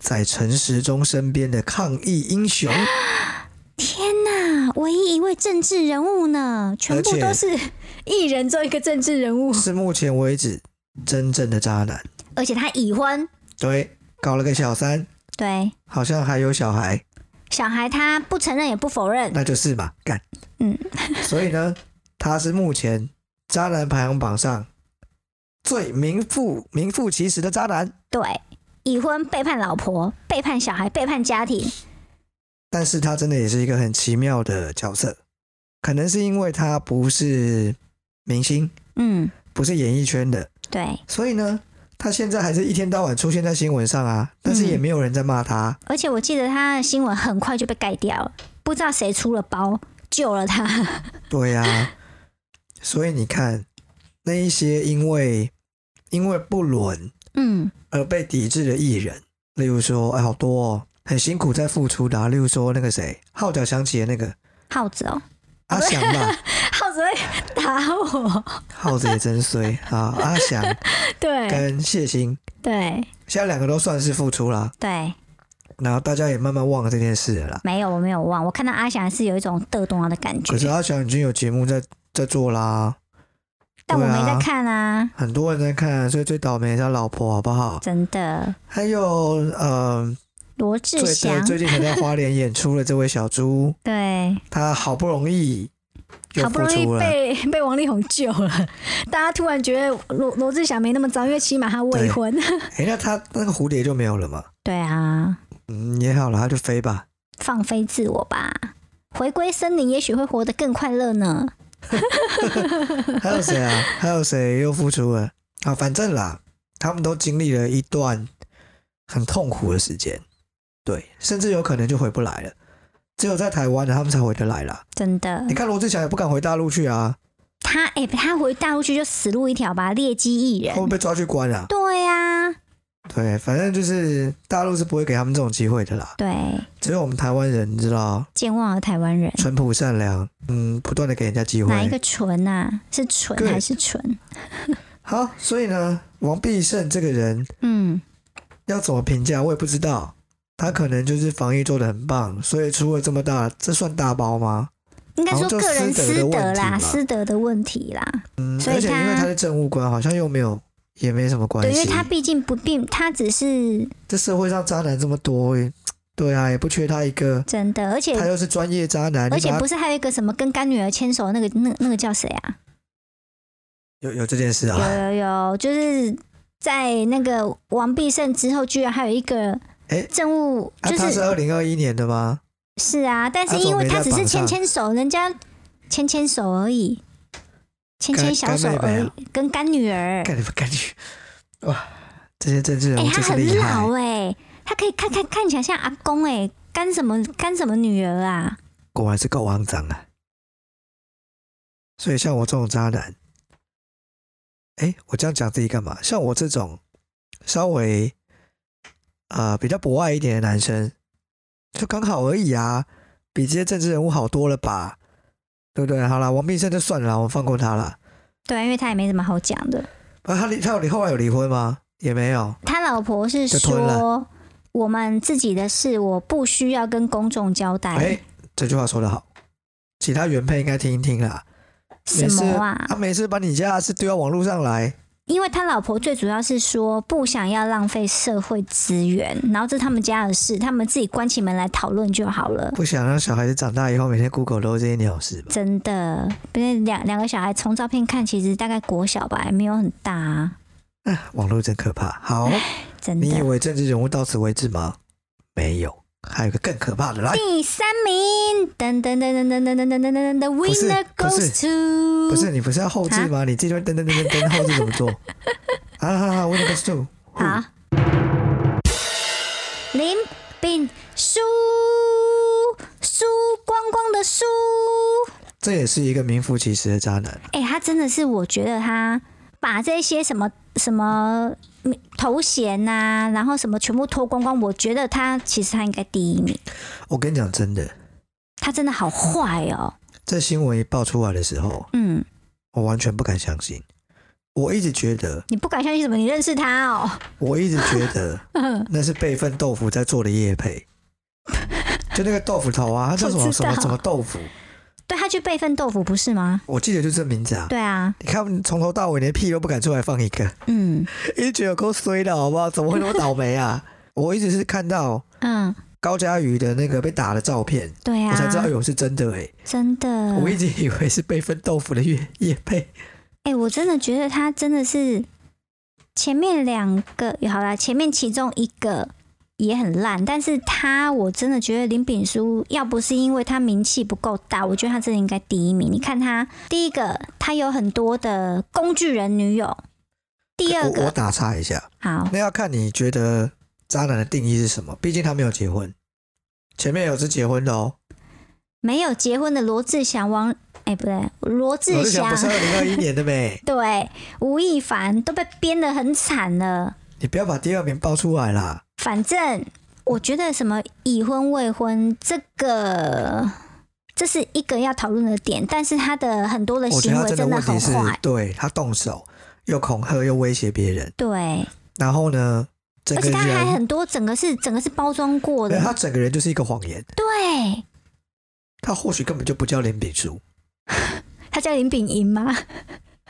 [SPEAKER 1] 在陈时中身边的抗议英雄，
[SPEAKER 2] 天哪，唯一一位政治人物呢，全部
[SPEAKER 1] 而且
[SPEAKER 2] 都是艺人做一个政治人物，
[SPEAKER 1] 是目前为止真正的渣男。
[SPEAKER 2] 而且他已婚，
[SPEAKER 1] 对，搞了个小三，
[SPEAKER 2] 对，
[SPEAKER 1] 好像还有小孩，
[SPEAKER 2] 小孩他不承认也不否认，
[SPEAKER 1] 那就是嘛，干。
[SPEAKER 2] 嗯，
[SPEAKER 1] 所以呢，他是目前渣男排行榜上最名副名副其实的渣男。
[SPEAKER 2] 对，已婚背叛老婆，背叛小孩，背叛家庭，
[SPEAKER 1] 但是他真的也是一个很奇妙的角色，可能是因为他不是明星，
[SPEAKER 2] 嗯，
[SPEAKER 1] 不是演艺圈的，
[SPEAKER 2] 对，
[SPEAKER 1] 所以呢，他现在还是一天到晚出现在新闻上啊，但是也没有人在骂他。
[SPEAKER 2] 而且我记得他的新闻很快就被盖掉了，不知道谁出了包救了他，
[SPEAKER 1] 对呀、所以你看，那一些因为因为不伦
[SPEAKER 2] 嗯，
[SPEAKER 1] 而被抵制的艺人，例如说，哎，好多哦，很辛苦在付出的、啊，例如说那个谁，号角响起的 那个
[SPEAKER 2] 耗子哦，
[SPEAKER 1] 阿翔吧，
[SPEAKER 2] 耗子会打我，
[SPEAKER 1] 耗子也真衰啊，阿翔
[SPEAKER 2] 对
[SPEAKER 1] 跟谢欣，
[SPEAKER 2] 对
[SPEAKER 1] 现在两个都算是付出啦，
[SPEAKER 2] 对，
[SPEAKER 1] 然后大家也慢慢忘了这件事了啦。
[SPEAKER 2] 没有我没有忘，我看到阿翔是有一种得动了的感觉
[SPEAKER 1] 可，是阿翔已经有节目在在做啦，
[SPEAKER 2] 但我没
[SPEAKER 1] 对
[SPEAKER 2] 在
[SPEAKER 1] 啊
[SPEAKER 2] 看啊，
[SPEAKER 1] 很多人在看，所以最倒霉的是他老婆，好不好？
[SPEAKER 2] 真的，
[SPEAKER 1] 还有，呃，
[SPEAKER 2] 罗志
[SPEAKER 1] 最
[SPEAKER 2] 祥
[SPEAKER 1] 最最近才在花莲演出的这位小猪，
[SPEAKER 2] 对，
[SPEAKER 1] 他好不容易又
[SPEAKER 2] 好不
[SPEAKER 1] 复
[SPEAKER 2] 容易
[SPEAKER 1] 出了，
[SPEAKER 2] 被 被王力宏救了，大家突然觉得罗罗志祥没那么糟，因为起码他未
[SPEAKER 1] 对
[SPEAKER 2] 婚。
[SPEAKER 1] 哎、那他那个蝴蝶就没有了嘛？
[SPEAKER 2] 对啊，
[SPEAKER 1] 嗯，也好了，他就飞吧。
[SPEAKER 2] 放飞自我吧，回归森林也许会活得更快乐呢。
[SPEAKER 1] 还有谁啊？还有谁又付出了？啊，反正啦，他们都经历了一段很痛苦的时间，对，甚至有可能就回不来了。只有在台湾的他们才回得来啦。
[SPEAKER 2] 真的
[SPEAKER 1] 你。看罗志祥也不敢回大陆去啊，
[SPEAKER 2] 他哎、他回大陆去就死路一条吧，劣迹艺
[SPEAKER 1] 会不
[SPEAKER 2] 人。
[SPEAKER 1] 会被抓去关啊？
[SPEAKER 2] 对呀、
[SPEAKER 1] 对，反正就是大陆是不会给他们这种机会的啦。
[SPEAKER 2] 对，
[SPEAKER 1] 只有我们台湾人，你知道，
[SPEAKER 2] 健忘了台湾人。
[SPEAKER 1] 淳朴善良，嗯，不断的给人家机
[SPEAKER 2] 哪一
[SPEAKER 1] 会。
[SPEAKER 2] 个纯啊？是纯
[SPEAKER 1] Good
[SPEAKER 2] 还是纯？
[SPEAKER 1] 好，所以呢，王必胜这个人
[SPEAKER 2] 嗯，
[SPEAKER 1] 要怎么评价我也不知道。他可能就是防疫做的很棒，所以出了这么大，这算大包吗？
[SPEAKER 2] 应该说
[SPEAKER 1] 好像就
[SPEAKER 2] 个人
[SPEAKER 1] 私德的问
[SPEAKER 2] 私德
[SPEAKER 1] 题
[SPEAKER 2] 啦，
[SPEAKER 1] 吧
[SPEAKER 2] 私德的问题啦。
[SPEAKER 1] 嗯，
[SPEAKER 2] 所以
[SPEAKER 1] 而且因为
[SPEAKER 2] 他
[SPEAKER 1] 他是政务官，好像又没有也没什么关
[SPEAKER 2] 对，因为
[SPEAKER 1] 系。
[SPEAKER 2] 他毕竟不并，他只是
[SPEAKER 1] 这社会上渣男这么多，诶对啊，也不缺他一个。
[SPEAKER 2] 真的，而
[SPEAKER 1] 他
[SPEAKER 2] 且
[SPEAKER 1] 又是专业渣男，
[SPEAKER 2] 而
[SPEAKER 1] 你
[SPEAKER 2] 且
[SPEAKER 1] 把他
[SPEAKER 2] 不是还有一个什么跟干女儿牵手那个那那个叫谁啊？
[SPEAKER 1] 有有这件事
[SPEAKER 2] 有
[SPEAKER 1] 啊？
[SPEAKER 2] 有有，就是在那个王必胜之后，居然还有一个
[SPEAKER 1] 哎
[SPEAKER 2] 政务，
[SPEAKER 1] 啊，
[SPEAKER 2] 就
[SPEAKER 1] 他是
[SPEAKER 2] 是
[SPEAKER 1] 二零二一年的吗？
[SPEAKER 2] 是啊，但是
[SPEAKER 1] 他怎么
[SPEAKER 2] 因为
[SPEAKER 1] 没在
[SPEAKER 2] 他只是
[SPEAKER 1] 榜上
[SPEAKER 2] 牵牵手，人家牵牵手而已，牵
[SPEAKER 1] 干
[SPEAKER 2] 牵小
[SPEAKER 1] 干
[SPEAKER 2] 手
[SPEAKER 1] 妹妹
[SPEAKER 2] 而
[SPEAKER 1] 啊
[SPEAKER 2] 已，跟干女儿。
[SPEAKER 1] 干你们干去！哇，这些政治人
[SPEAKER 2] 哎、
[SPEAKER 1] 物
[SPEAKER 2] 他
[SPEAKER 1] 真是
[SPEAKER 2] 很
[SPEAKER 1] 厉害。
[SPEAKER 2] 老哎、他可以看看看起来像阿公哎、干什么干什么女儿啊？
[SPEAKER 1] 果然是够肮脏啊！所以像我这种渣男，哎、我这样讲自己干嘛？像我这种稍微呃比较博爱一点的男生，就刚好而已啊，比这些政治人物好多了吧？对不对？好啦，王必胜就算了啦，我放过他了。
[SPEAKER 2] 对啊，因为他也没什么好讲的。
[SPEAKER 1] 啊，他离他有离后来有离婚吗？也没有。
[SPEAKER 2] 他老婆是
[SPEAKER 1] 就吞了
[SPEAKER 2] 说，我们自己的事我不需要跟公众交代。
[SPEAKER 1] 哎、这句话说得好，其他原配应该听一听啦。
[SPEAKER 2] 什
[SPEAKER 1] 没事
[SPEAKER 2] 么啊
[SPEAKER 1] 他？没事把你家的事丢到网络上来，
[SPEAKER 2] 因为他老婆最主要是说不想要浪费社会资源，然后这是他们家的事，他们自己关起门来讨论就好了。
[SPEAKER 1] 不想让小孩子长大以后每天 Google 都是这些鸟事吧？
[SPEAKER 2] 真的，不是两两个小孩从照片看，其实大概国小吧，也没有很大、啊。
[SPEAKER 1] 啊网络真可怕。 好，
[SPEAKER 2] 真的
[SPEAKER 1] 你以，为政治人物到此为止吗？没有，还有一个更可怕的 来，
[SPEAKER 2] 第三名，噔噔噔噔噔噔噔噔噔噔噔噔
[SPEAKER 1] 不是
[SPEAKER 2] ，winner
[SPEAKER 1] 不是
[SPEAKER 2] goes to，
[SPEAKER 1] 不是你不是要后置
[SPEAKER 2] 啊
[SPEAKER 1] 吗？你这边噔噔噔噔噔后置怎么 做？啊哈哈，我那个数，
[SPEAKER 2] 好，林炳书输光光的输，
[SPEAKER 1] 这也是一个名副其实的渣男。
[SPEAKER 2] 哎、他真的是，我觉得他把这些什么什么嗯头衔呐、然后什么全部脱光光，我觉得他其实他应该第一名，
[SPEAKER 1] 我跟你讲真的，
[SPEAKER 2] 他真的好坏哦，
[SPEAKER 1] 这新闻一爆出来的时候，
[SPEAKER 2] 嗯，
[SPEAKER 1] 我完全不敢相信。我一直觉得，
[SPEAKER 2] 你不敢相信什么？你认识他哦？
[SPEAKER 1] 我一直觉 得那是备份豆腐在做的夜配，就那个豆腐头啊，它叫什
[SPEAKER 2] 我
[SPEAKER 1] 么
[SPEAKER 2] 知
[SPEAKER 1] 什
[SPEAKER 2] 道
[SPEAKER 1] 么什么豆腐，
[SPEAKER 2] 对他去备份豆腐不是吗？
[SPEAKER 1] 我记得就这名字啊。
[SPEAKER 2] 对啊，
[SPEAKER 1] 你看，从头到尾连屁都不敢出来放一个，
[SPEAKER 2] 嗯
[SPEAKER 1] 一直觉得有够衰的好不好？怎么会那么倒霉啊？ 我一直是看到
[SPEAKER 2] 嗯，
[SPEAKER 1] 高佳瑜的那个被打的照片，
[SPEAKER 2] 对啊，嗯
[SPEAKER 1] 我才知道有是真的哎、
[SPEAKER 2] 真的，
[SPEAKER 1] 我一直以为是被分豆腐的叶叶配，
[SPEAKER 2] 哎、我真的觉得他真的是前面两个好啦，前面其中一个也很烂，但是他我真的觉得林炳书要不是因为他名气不够大，我觉得他真的应该第一名。你看他第一个，他有很多的工具人女友；第二
[SPEAKER 1] 我我
[SPEAKER 2] 个，
[SPEAKER 1] 打岔一下，
[SPEAKER 2] 好，
[SPEAKER 1] 那要看你觉得渣男的定义是什么，毕竟他没有结婚，前面有是结婚的哦。
[SPEAKER 2] 没有结婚的罗志祥王，哎、不对，罗
[SPEAKER 1] 我
[SPEAKER 2] 志
[SPEAKER 1] 就想
[SPEAKER 2] 祥
[SPEAKER 1] 不是，二零二一年的 呗，
[SPEAKER 2] 对，吴亦凡都被编得很惨了。
[SPEAKER 1] 你不要把第二名爆出来啦。
[SPEAKER 2] 反正我觉得什么已婚未婚这个，这是一个要讨论的点，但是他的很多的
[SPEAKER 1] 我觉得
[SPEAKER 2] 行
[SPEAKER 1] 他
[SPEAKER 2] 为
[SPEAKER 1] 真的
[SPEAKER 2] 真的
[SPEAKER 1] 问
[SPEAKER 2] 很
[SPEAKER 1] 题是
[SPEAKER 2] 坏，，
[SPEAKER 1] 对他动手又恐吓又威胁别人，
[SPEAKER 2] 对，
[SPEAKER 1] 然后呢，整
[SPEAKER 2] 而
[SPEAKER 1] 个
[SPEAKER 2] 且他还
[SPEAKER 1] 人，啊
[SPEAKER 2] 很多整个是整个是包装过
[SPEAKER 1] 没有他
[SPEAKER 2] 的，
[SPEAKER 1] 整个人就是一个谎言，
[SPEAKER 2] 对。
[SPEAKER 1] 他或许根本就不叫林炳书，
[SPEAKER 2] 他叫林炳银吗？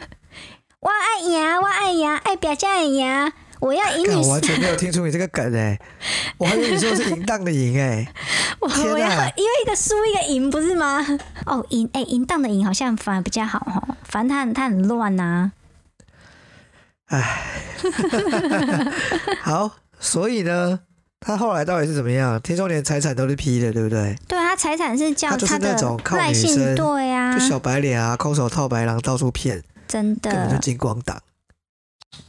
[SPEAKER 2] 我爱牙，我爱牙，爱表家的牙，我要赢
[SPEAKER 1] 干
[SPEAKER 2] 女
[SPEAKER 1] 我完
[SPEAKER 2] 生，
[SPEAKER 1] 全没有听出你这个梗哎、我还以为你说是淫荡的淫哎、
[SPEAKER 2] 我
[SPEAKER 1] 天啊
[SPEAKER 2] 我要
[SPEAKER 1] 哪
[SPEAKER 2] 因为一个输一个赢，不是吗？哦，赢哎，淫荡的赢好像反而比较好哈，反正他很他很乱啊呐、
[SPEAKER 1] 好，所以呢，他后来到底是怎么样？听说连财产都是批的，对不对？
[SPEAKER 2] 对啊，他财产是叫
[SPEAKER 1] 他就是那
[SPEAKER 2] 的
[SPEAKER 1] 种靠
[SPEAKER 2] 赖
[SPEAKER 1] 女
[SPEAKER 2] 姓，
[SPEAKER 1] 生
[SPEAKER 2] 对啊
[SPEAKER 1] 就，小白脸啊，空手套白狼，到处骗，
[SPEAKER 2] 真
[SPEAKER 1] 根本就
[SPEAKER 2] 的。
[SPEAKER 1] 金光党。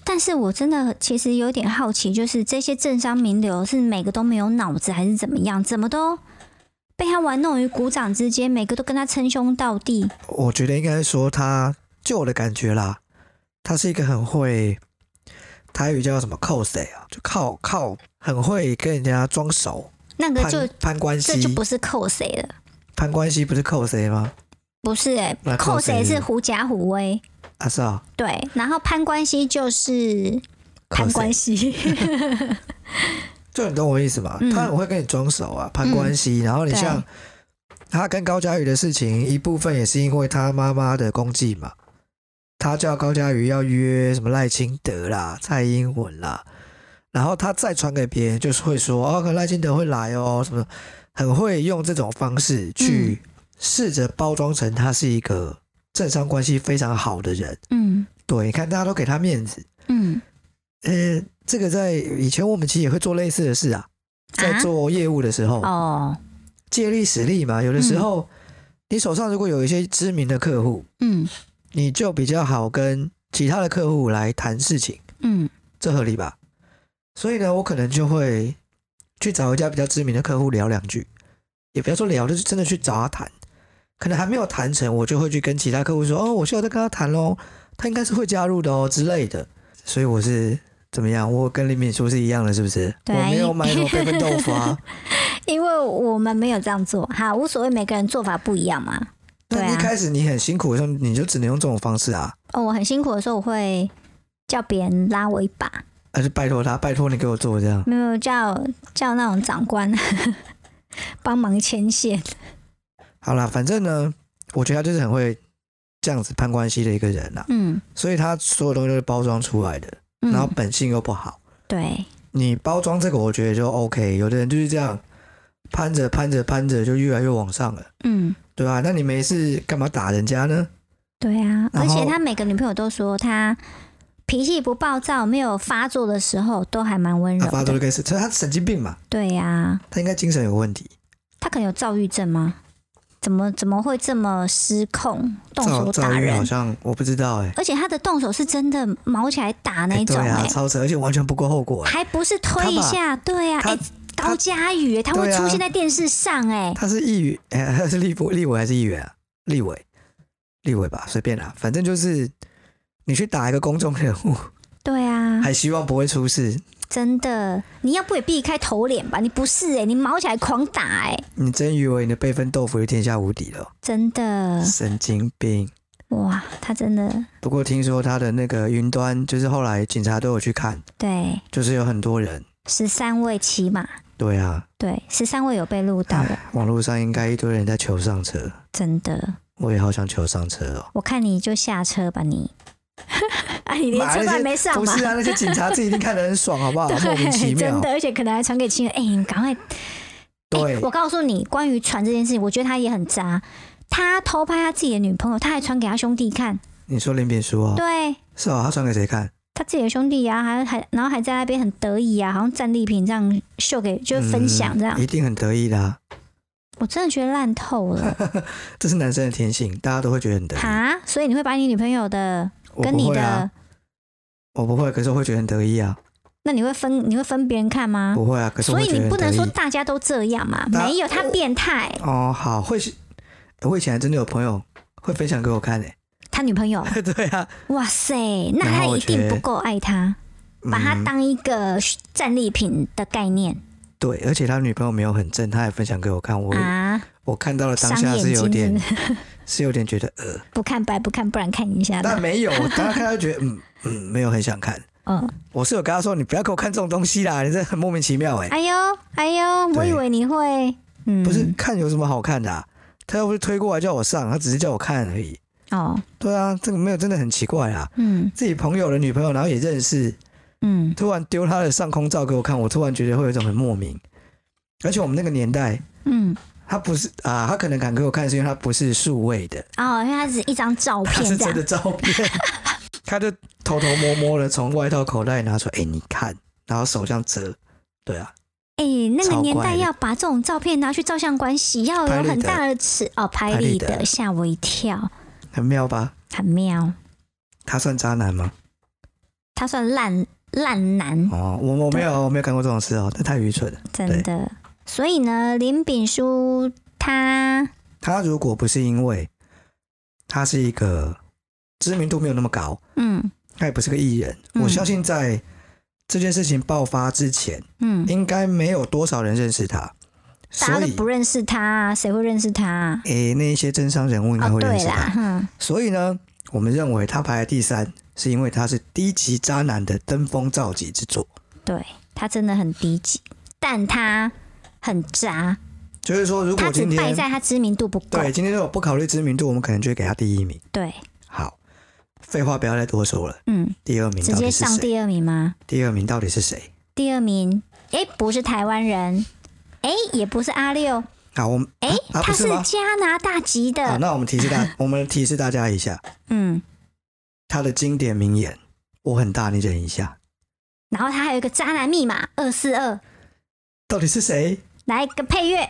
[SPEAKER 2] 但是我真的其实有点好奇，就是这些政商名流是每个都没有脑子，还是怎么样？怎么都被他玩弄于股掌之间，每个都跟他称兄道弟。
[SPEAKER 1] 我觉得应该说他，就我的感觉啦，他是一个很会台语叫什么靠谁啊，就靠靠，很会跟人家装熟，
[SPEAKER 2] 那个
[SPEAKER 1] 攀
[SPEAKER 2] 就
[SPEAKER 1] 攀关
[SPEAKER 2] 这就
[SPEAKER 1] 系，
[SPEAKER 2] 不是扣谁了，
[SPEAKER 1] 攀关系不是靠谁吗？
[SPEAKER 2] 不是哎、
[SPEAKER 1] 那扣
[SPEAKER 2] 扣谁
[SPEAKER 1] 啊谁
[SPEAKER 2] 是
[SPEAKER 1] 是
[SPEAKER 2] 狐假虎威，
[SPEAKER 1] 啊是啊，
[SPEAKER 2] 对，然后攀关系就是
[SPEAKER 1] 靠
[SPEAKER 2] 攀
[SPEAKER 1] 谁
[SPEAKER 2] 关系，
[SPEAKER 1] 就你懂我意思吗？
[SPEAKER 2] 嗯
[SPEAKER 1] 他很会跟你装熟啊，攀关系。然后你
[SPEAKER 2] 对
[SPEAKER 1] 像他跟高佳瑜的事情，一部分也是因为他妈妈的功绩嘛。他叫高佳瑜要约什么赖清德啦、蔡英文啦，然后他再传给别人，就是会说哦，可能赖清德会来哦，什么的，很会用这种方式去
[SPEAKER 2] 嗯
[SPEAKER 1] 试着包装成他是一个政商关系非常好的人。
[SPEAKER 2] 嗯
[SPEAKER 1] 对，你看大家都给他面子，
[SPEAKER 2] 嗯，
[SPEAKER 1] 呃，这个在以前我们其实也会做类似的事啊，在
[SPEAKER 2] 啊
[SPEAKER 1] 做业务的时候，
[SPEAKER 2] 哦，
[SPEAKER 1] 借力使力嘛。有的时候，你手上如果有一些知名的客户，
[SPEAKER 2] 嗯
[SPEAKER 1] 你就比较好跟其他的客户来谈事情，
[SPEAKER 2] 嗯
[SPEAKER 1] 这合理吧？所以呢，我可能就会去找一家比较知名的客户聊两句，也不要说聊，就是真的去找他谈。可能还没有谈成，我就会去跟其他客户说：“哦，我现在在跟他谈喽，他应该是会加入的哦之类的。”所以我是怎么样？我跟李敏书是一样的，是不是？
[SPEAKER 2] 对啊
[SPEAKER 1] 我没有
[SPEAKER 2] 一
[SPEAKER 1] 买什么培根豆腐啊。
[SPEAKER 2] 因为我们没有这样做，哈，无所谓，每个人做法不一样嘛。 对
[SPEAKER 1] 那一
[SPEAKER 2] 啊
[SPEAKER 1] 开始你很辛苦的时候，你就只能用这种方式啊，
[SPEAKER 2] 哦，我很辛苦的时候，我会叫别人拉我一把，
[SPEAKER 1] 还是拜托他，拜托你给我做这样。
[SPEAKER 2] 没有叫叫那种长官 帮忙牵线。
[SPEAKER 1] 好啦，反正呢，我觉得他就是很会这样子攀关系的一个人啊啦、
[SPEAKER 2] 嗯，
[SPEAKER 1] 所以他所有东西都是包装出来的，
[SPEAKER 2] 嗯
[SPEAKER 1] 然后本性又不好。
[SPEAKER 2] 对，
[SPEAKER 1] 你包装这个，我觉得就 OK。有的人就是这样攀着攀着攀着，就越来越往上了，
[SPEAKER 2] 嗯，
[SPEAKER 1] 对吧、那你没事干嘛打人家呢？
[SPEAKER 2] 对啊，
[SPEAKER 1] 然
[SPEAKER 2] 而
[SPEAKER 1] 后
[SPEAKER 2] 且他每个女朋友都说他脾气不暴躁，没有发作的时候都还蛮温
[SPEAKER 1] 他
[SPEAKER 2] 柔
[SPEAKER 1] 啊发作
[SPEAKER 2] 的。
[SPEAKER 1] 就开始，他他神经病嘛，
[SPEAKER 2] 对呀、
[SPEAKER 1] 他应该精神有问题，
[SPEAKER 2] 他可能有躁郁症吗？怎么怎么会这么失控，动
[SPEAKER 1] 躁
[SPEAKER 2] 手
[SPEAKER 1] 躁
[SPEAKER 2] 打
[SPEAKER 1] 郁好
[SPEAKER 2] 人？
[SPEAKER 1] 像我不知道哎、
[SPEAKER 2] 而且他的动手是真的毛起来打那
[SPEAKER 1] 哎
[SPEAKER 2] 一
[SPEAKER 1] 对
[SPEAKER 2] 种、欸，
[SPEAKER 1] 啊，超扯，而且完全不顾后果、哎
[SPEAKER 2] 还不是推一下？对呀、啊，
[SPEAKER 1] 他
[SPEAKER 2] 哎、高佳宇欸，他会
[SPEAKER 1] 对啊
[SPEAKER 2] 出现在电视上、欸，哎、
[SPEAKER 1] 他是议员， 哎、他是立委，立委还是议员啊？立委，立委吧，随便啦，反正就是你去打一个公众人物，
[SPEAKER 2] 对啊，
[SPEAKER 1] 还希望不会出事，
[SPEAKER 2] 真的，你要不也避开头脸吧？你不是哎、你毛起来狂打哎、
[SPEAKER 1] 你真以为你的辈分豆腐就天下无敌了？
[SPEAKER 2] 真的，
[SPEAKER 1] 神经病！
[SPEAKER 2] 哇，他真的
[SPEAKER 1] 不过听说他的那个云端，就是后来警察都有去看，
[SPEAKER 2] 对
[SPEAKER 1] 就是有很多人，
[SPEAKER 2] 十三位骑马，
[SPEAKER 1] 对啊，
[SPEAKER 2] 对，十三位有被录到的，
[SPEAKER 1] 网络上应该一堆人在求上车，
[SPEAKER 2] 真的，
[SPEAKER 1] 我也好想求上车哦。
[SPEAKER 2] 我看你就下车吧你， 啊，你连
[SPEAKER 1] 妈
[SPEAKER 2] 车都还
[SPEAKER 1] 那些
[SPEAKER 2] 没上
[SPEAKER 1] 不
[SPEAKER 2] 嘛。
[SPEAKER 1] 是啊，那些警察自己一定看得很 爽，啊好不好？莫名其
[SPEAKER 2] 对，
[SPEAKER 1] 妙
[SPEAKER 2] 真的，，而且可能还传给亲人。哎、你赶快
[SPEAKER 1] 对，
[SPEAKER 2] 我告诉你，关于传这件事情，我觉得他也很渣。他偷拍他自己的女朋友，他还传给他兄弟看，
[SPEAKER 1] 你说林炳书哦，
[SPEAKER 2] 对
[SPEAKER 1] 是哦，他传给谁看？
[SPEAKER 2] 他自己的兄弟啊，还还然后还在那边很得意啊，好像战利品这样秀给，就是分享这样。
[SPEAKER 1] 嗯一定很得意的、啊，
[SPEAKER 2] 我真的觉得烂透了
[SPEAKER 1] 这是男生的天性，大家都会觉得很得意。
[SPEAKER 2] 哈！所以你会把你女朋友的
[SPEAKER 1] 我
[SPEAKER 2] 跟
[SPEAKER 1] 不
[SPEAKER 2] 你
[SPEAKER 1] 会
[SPEAKER 2] 的，
[SPEAKER 1] 啊，我不会，可是我会觉得很得意啊，
[SPEAKER 2] 那你会分你会分别人看吗？
[SPEAKER 1] 不会啊，可是我
[SPEAKER 2] 所
[SPEAKER 1] 会
[SPEAKER 2] 以
[SPEAKER 1] 觉得
[SPEAKER 2] 你不
[SPEAKER 1] 很得
[SPEAKER 2] 能
[SPEAKER 1] 意
[SPEAKER 2] 说大家都这样嘛，
[SPEAKER 1] 大
[SPEAKER 2] 没有他变态，
[SPEAKER 1] 哦，好，会是，我以前还真的有朋友会分享给我看诶、
[SPEAKER 2] 他女朋友，
[SPEAKER 1] 对啊，
[SPEAKER 2] 哇塞，那
[SPEAKER 1] 然
[SPEAKER 2] 他
[SPEAKER 1] 后我
[SPEAKER 2] 一定
[SPEAKER 1] 觉得
[SPEAKER 2] 不够爱他，把他
[SPEAKER 1] 嗯
[SPEAKER 2] 当一个战利品的概念
[SPEAKER 1] 对，而且他女朋友没有很正，他也分享给我看，我、
[SPEAKER 2] 啊。
[SPEAKER 1] 我看到了当
[SPEAKER 2] 伤
[SPEAKER 1] 下
[SPEAKER 2] 眼
[SPEAKER 1] 是有
[SPEAKER 2] 睛
[SPEAKER 1] 点
[SPEAKER 2] 是不是
[SPEAKER 1] 是有点觉得呃，
[SPEAKER 2] 不看白不看，不然看一下
[SPEAKER 1] 但
[SPEAKER 2] 的。
[SPEAKER 1] 没 有，大家看到就觉得嗯嗯，没有很想看。
[SPEAKER 2] 嗯，
[SPEAKER 1] 我是有跟他说，你不要给我看这种东西啦，你这很莫名其妙诶、
[SPEAKER 2] 哎呦哎呦，我
[SPEAKER 1] 对
[SPEAKER 2] 以为你会，嗯，
[SPEAKER 1] 不是看有什么好看的、啊，他又不是推过来叫我上，他只是叫我看而已。
[SPEAKER 2] 哦，
[SPEAKER 1] 对啊，这个没有真的很奇怪啊。
[SPEAKER 2] 嗯
[SPEAKER 1] 自己朋友的女朋友，然后也认识，
[SPEAKER 2] 嗯，
[SPEAKER 1] 突然丢她的上空照给我看，我突然觉得会有一种很莫名。而且我们那个年代，
[SPEAKER 2] 嗯，
[SPEAKER 1] 他不是啊，他可能敢给我看，是因为他不是数位的，
[SPEAKER 2] 哦，因为它只是一张照
[SPEAKER 1] 他是
[SPEAKER 2] 片这
[SPEAKER 1] 真
[SPEAKER 2] 样
[SPEAKER 1] 的，照片。他就偷偷摸摸的从外套口袋拿出，哎、你看，然后手这样折，对啊，
[SPEAKER 2] 哎、那个
[SPEAKER 1] 超
[SPEAKER 2] 年
[SPEAKER 1] 怪
[SPEAKER 2] 代
[SPEAKER 1] 的
[SPEAKER 2] 要把这种照片拿去照相馆洗，要
[SPEAKER 1] 拍
[SPEAKER 2] 有
[SPEAKER 1] 立
[SPEAKER 2] 很
[SPEAKER 1] 得
[SPEAKER 2] 大的尺哦，拍
[SPEAKER 1] 拍立
[SPEAKER 2] 立
[SPEAKER 1] 得
[SPEAKER 2] 得，吓我一跳，
[SPEAKER 1] 很妙吧？
[SPEAKER 2] 很妙。
[SPEAKER 1] 他算渣男吗？
[SPEAKER 2] 他算烂烂男，
[SPEAKER 1] 哦，我我没有我没有干过这种事哦，这太愚蠢了。
[SPEAKER 2] 真的。所以呢，林炳书他
[SPEAKER 1] 他如果不是因为他是一个知名度没有那么高，
[SPEAKER 2] 嗯
[SPEAKER 1] 他也不是个艺人，
[SPEAKER 2] 嗯
[SPEAKER 1] 我相信在这件事情爆发之前，
[SPEAKER 2] 嗯，
[SPEAKER 1] 应该没有多少人认识他，
[SPEAKER 2] 大
[SPEAKER 1] 所
[SPEAKER 2] 家都
[SPEAKER 1] 以
[SPEAKER 2] 不认识他啊，谁会认识他啊？
[SPEAKER 1] 诶、那一些政商人物应该
[SPEAKER 2] 哦，
[SPEAKER 1] 会认
[SPEAKER 2] 对
[SPEAKER 1] 识他。
[SPEAKER 2] 啦，哼，
[SPEAKER 1] 所以呢，我们认为他排在第三，是因为他是低级渣男的登峰造极之作。
[SPEAKER 2] 对他真的很低级，但他很渣，
[SPEAKER 1] 就是说，如
[SPEAKER 2] 他
[SPEAKER 1] 果
[SPEAKER 2] 只
[SPEAKER 1] 今
[SPEAKER 2] 败
[SPEAKER 1] 天
[SPEAKER 2] 在他知名度不够。
[SPEAKER 1] 对今天如果不考虑知名度，我们可能就会给他第一名。
[SPEAKER 2] 对，
[SPEAKER 1] 好，废话不要再多说了。
[SPEAKER 2] 嗯，
[SPEAKER 1] 第二名
[SPEAKER 2] 直
[SPEAKER 1] 到
[SPEAKER 2] 接
[SPEAKER 1] 底是
[SPEAKER 2] 上
[SPEAKER 1] 谁？
[SPEAKER 2] 第二名吗？
[SPEAKER 1] 第二名到底是谁？
[SPEAKER 2] 第二名，哎，不是台湾人，哎，也不是阿六，
[SPEAKER 1] 好，我们
[SPEAKER 2] 哎，
[SPEAKER 1] 啊
[SPEAKER 2] 他
[SPEAKER 1] 不是吗
[SPEAKER 2] 加拿大籍
[SPEAKER 1] 好，
[SPEAKER 2] 的，
[SPEAKER 1] 那我们提示 大，我们提示大家一下
[SPEAKER 2] 嗯，
[SPEAKER 1] 他的经典名言：“我很大，你忍一下。
[SPEAKER 2] 然后他还有一个渣男密码二四二，”
[SPEAKER 1] 到底是谁？
[SPEAKER 2] 来个配乐，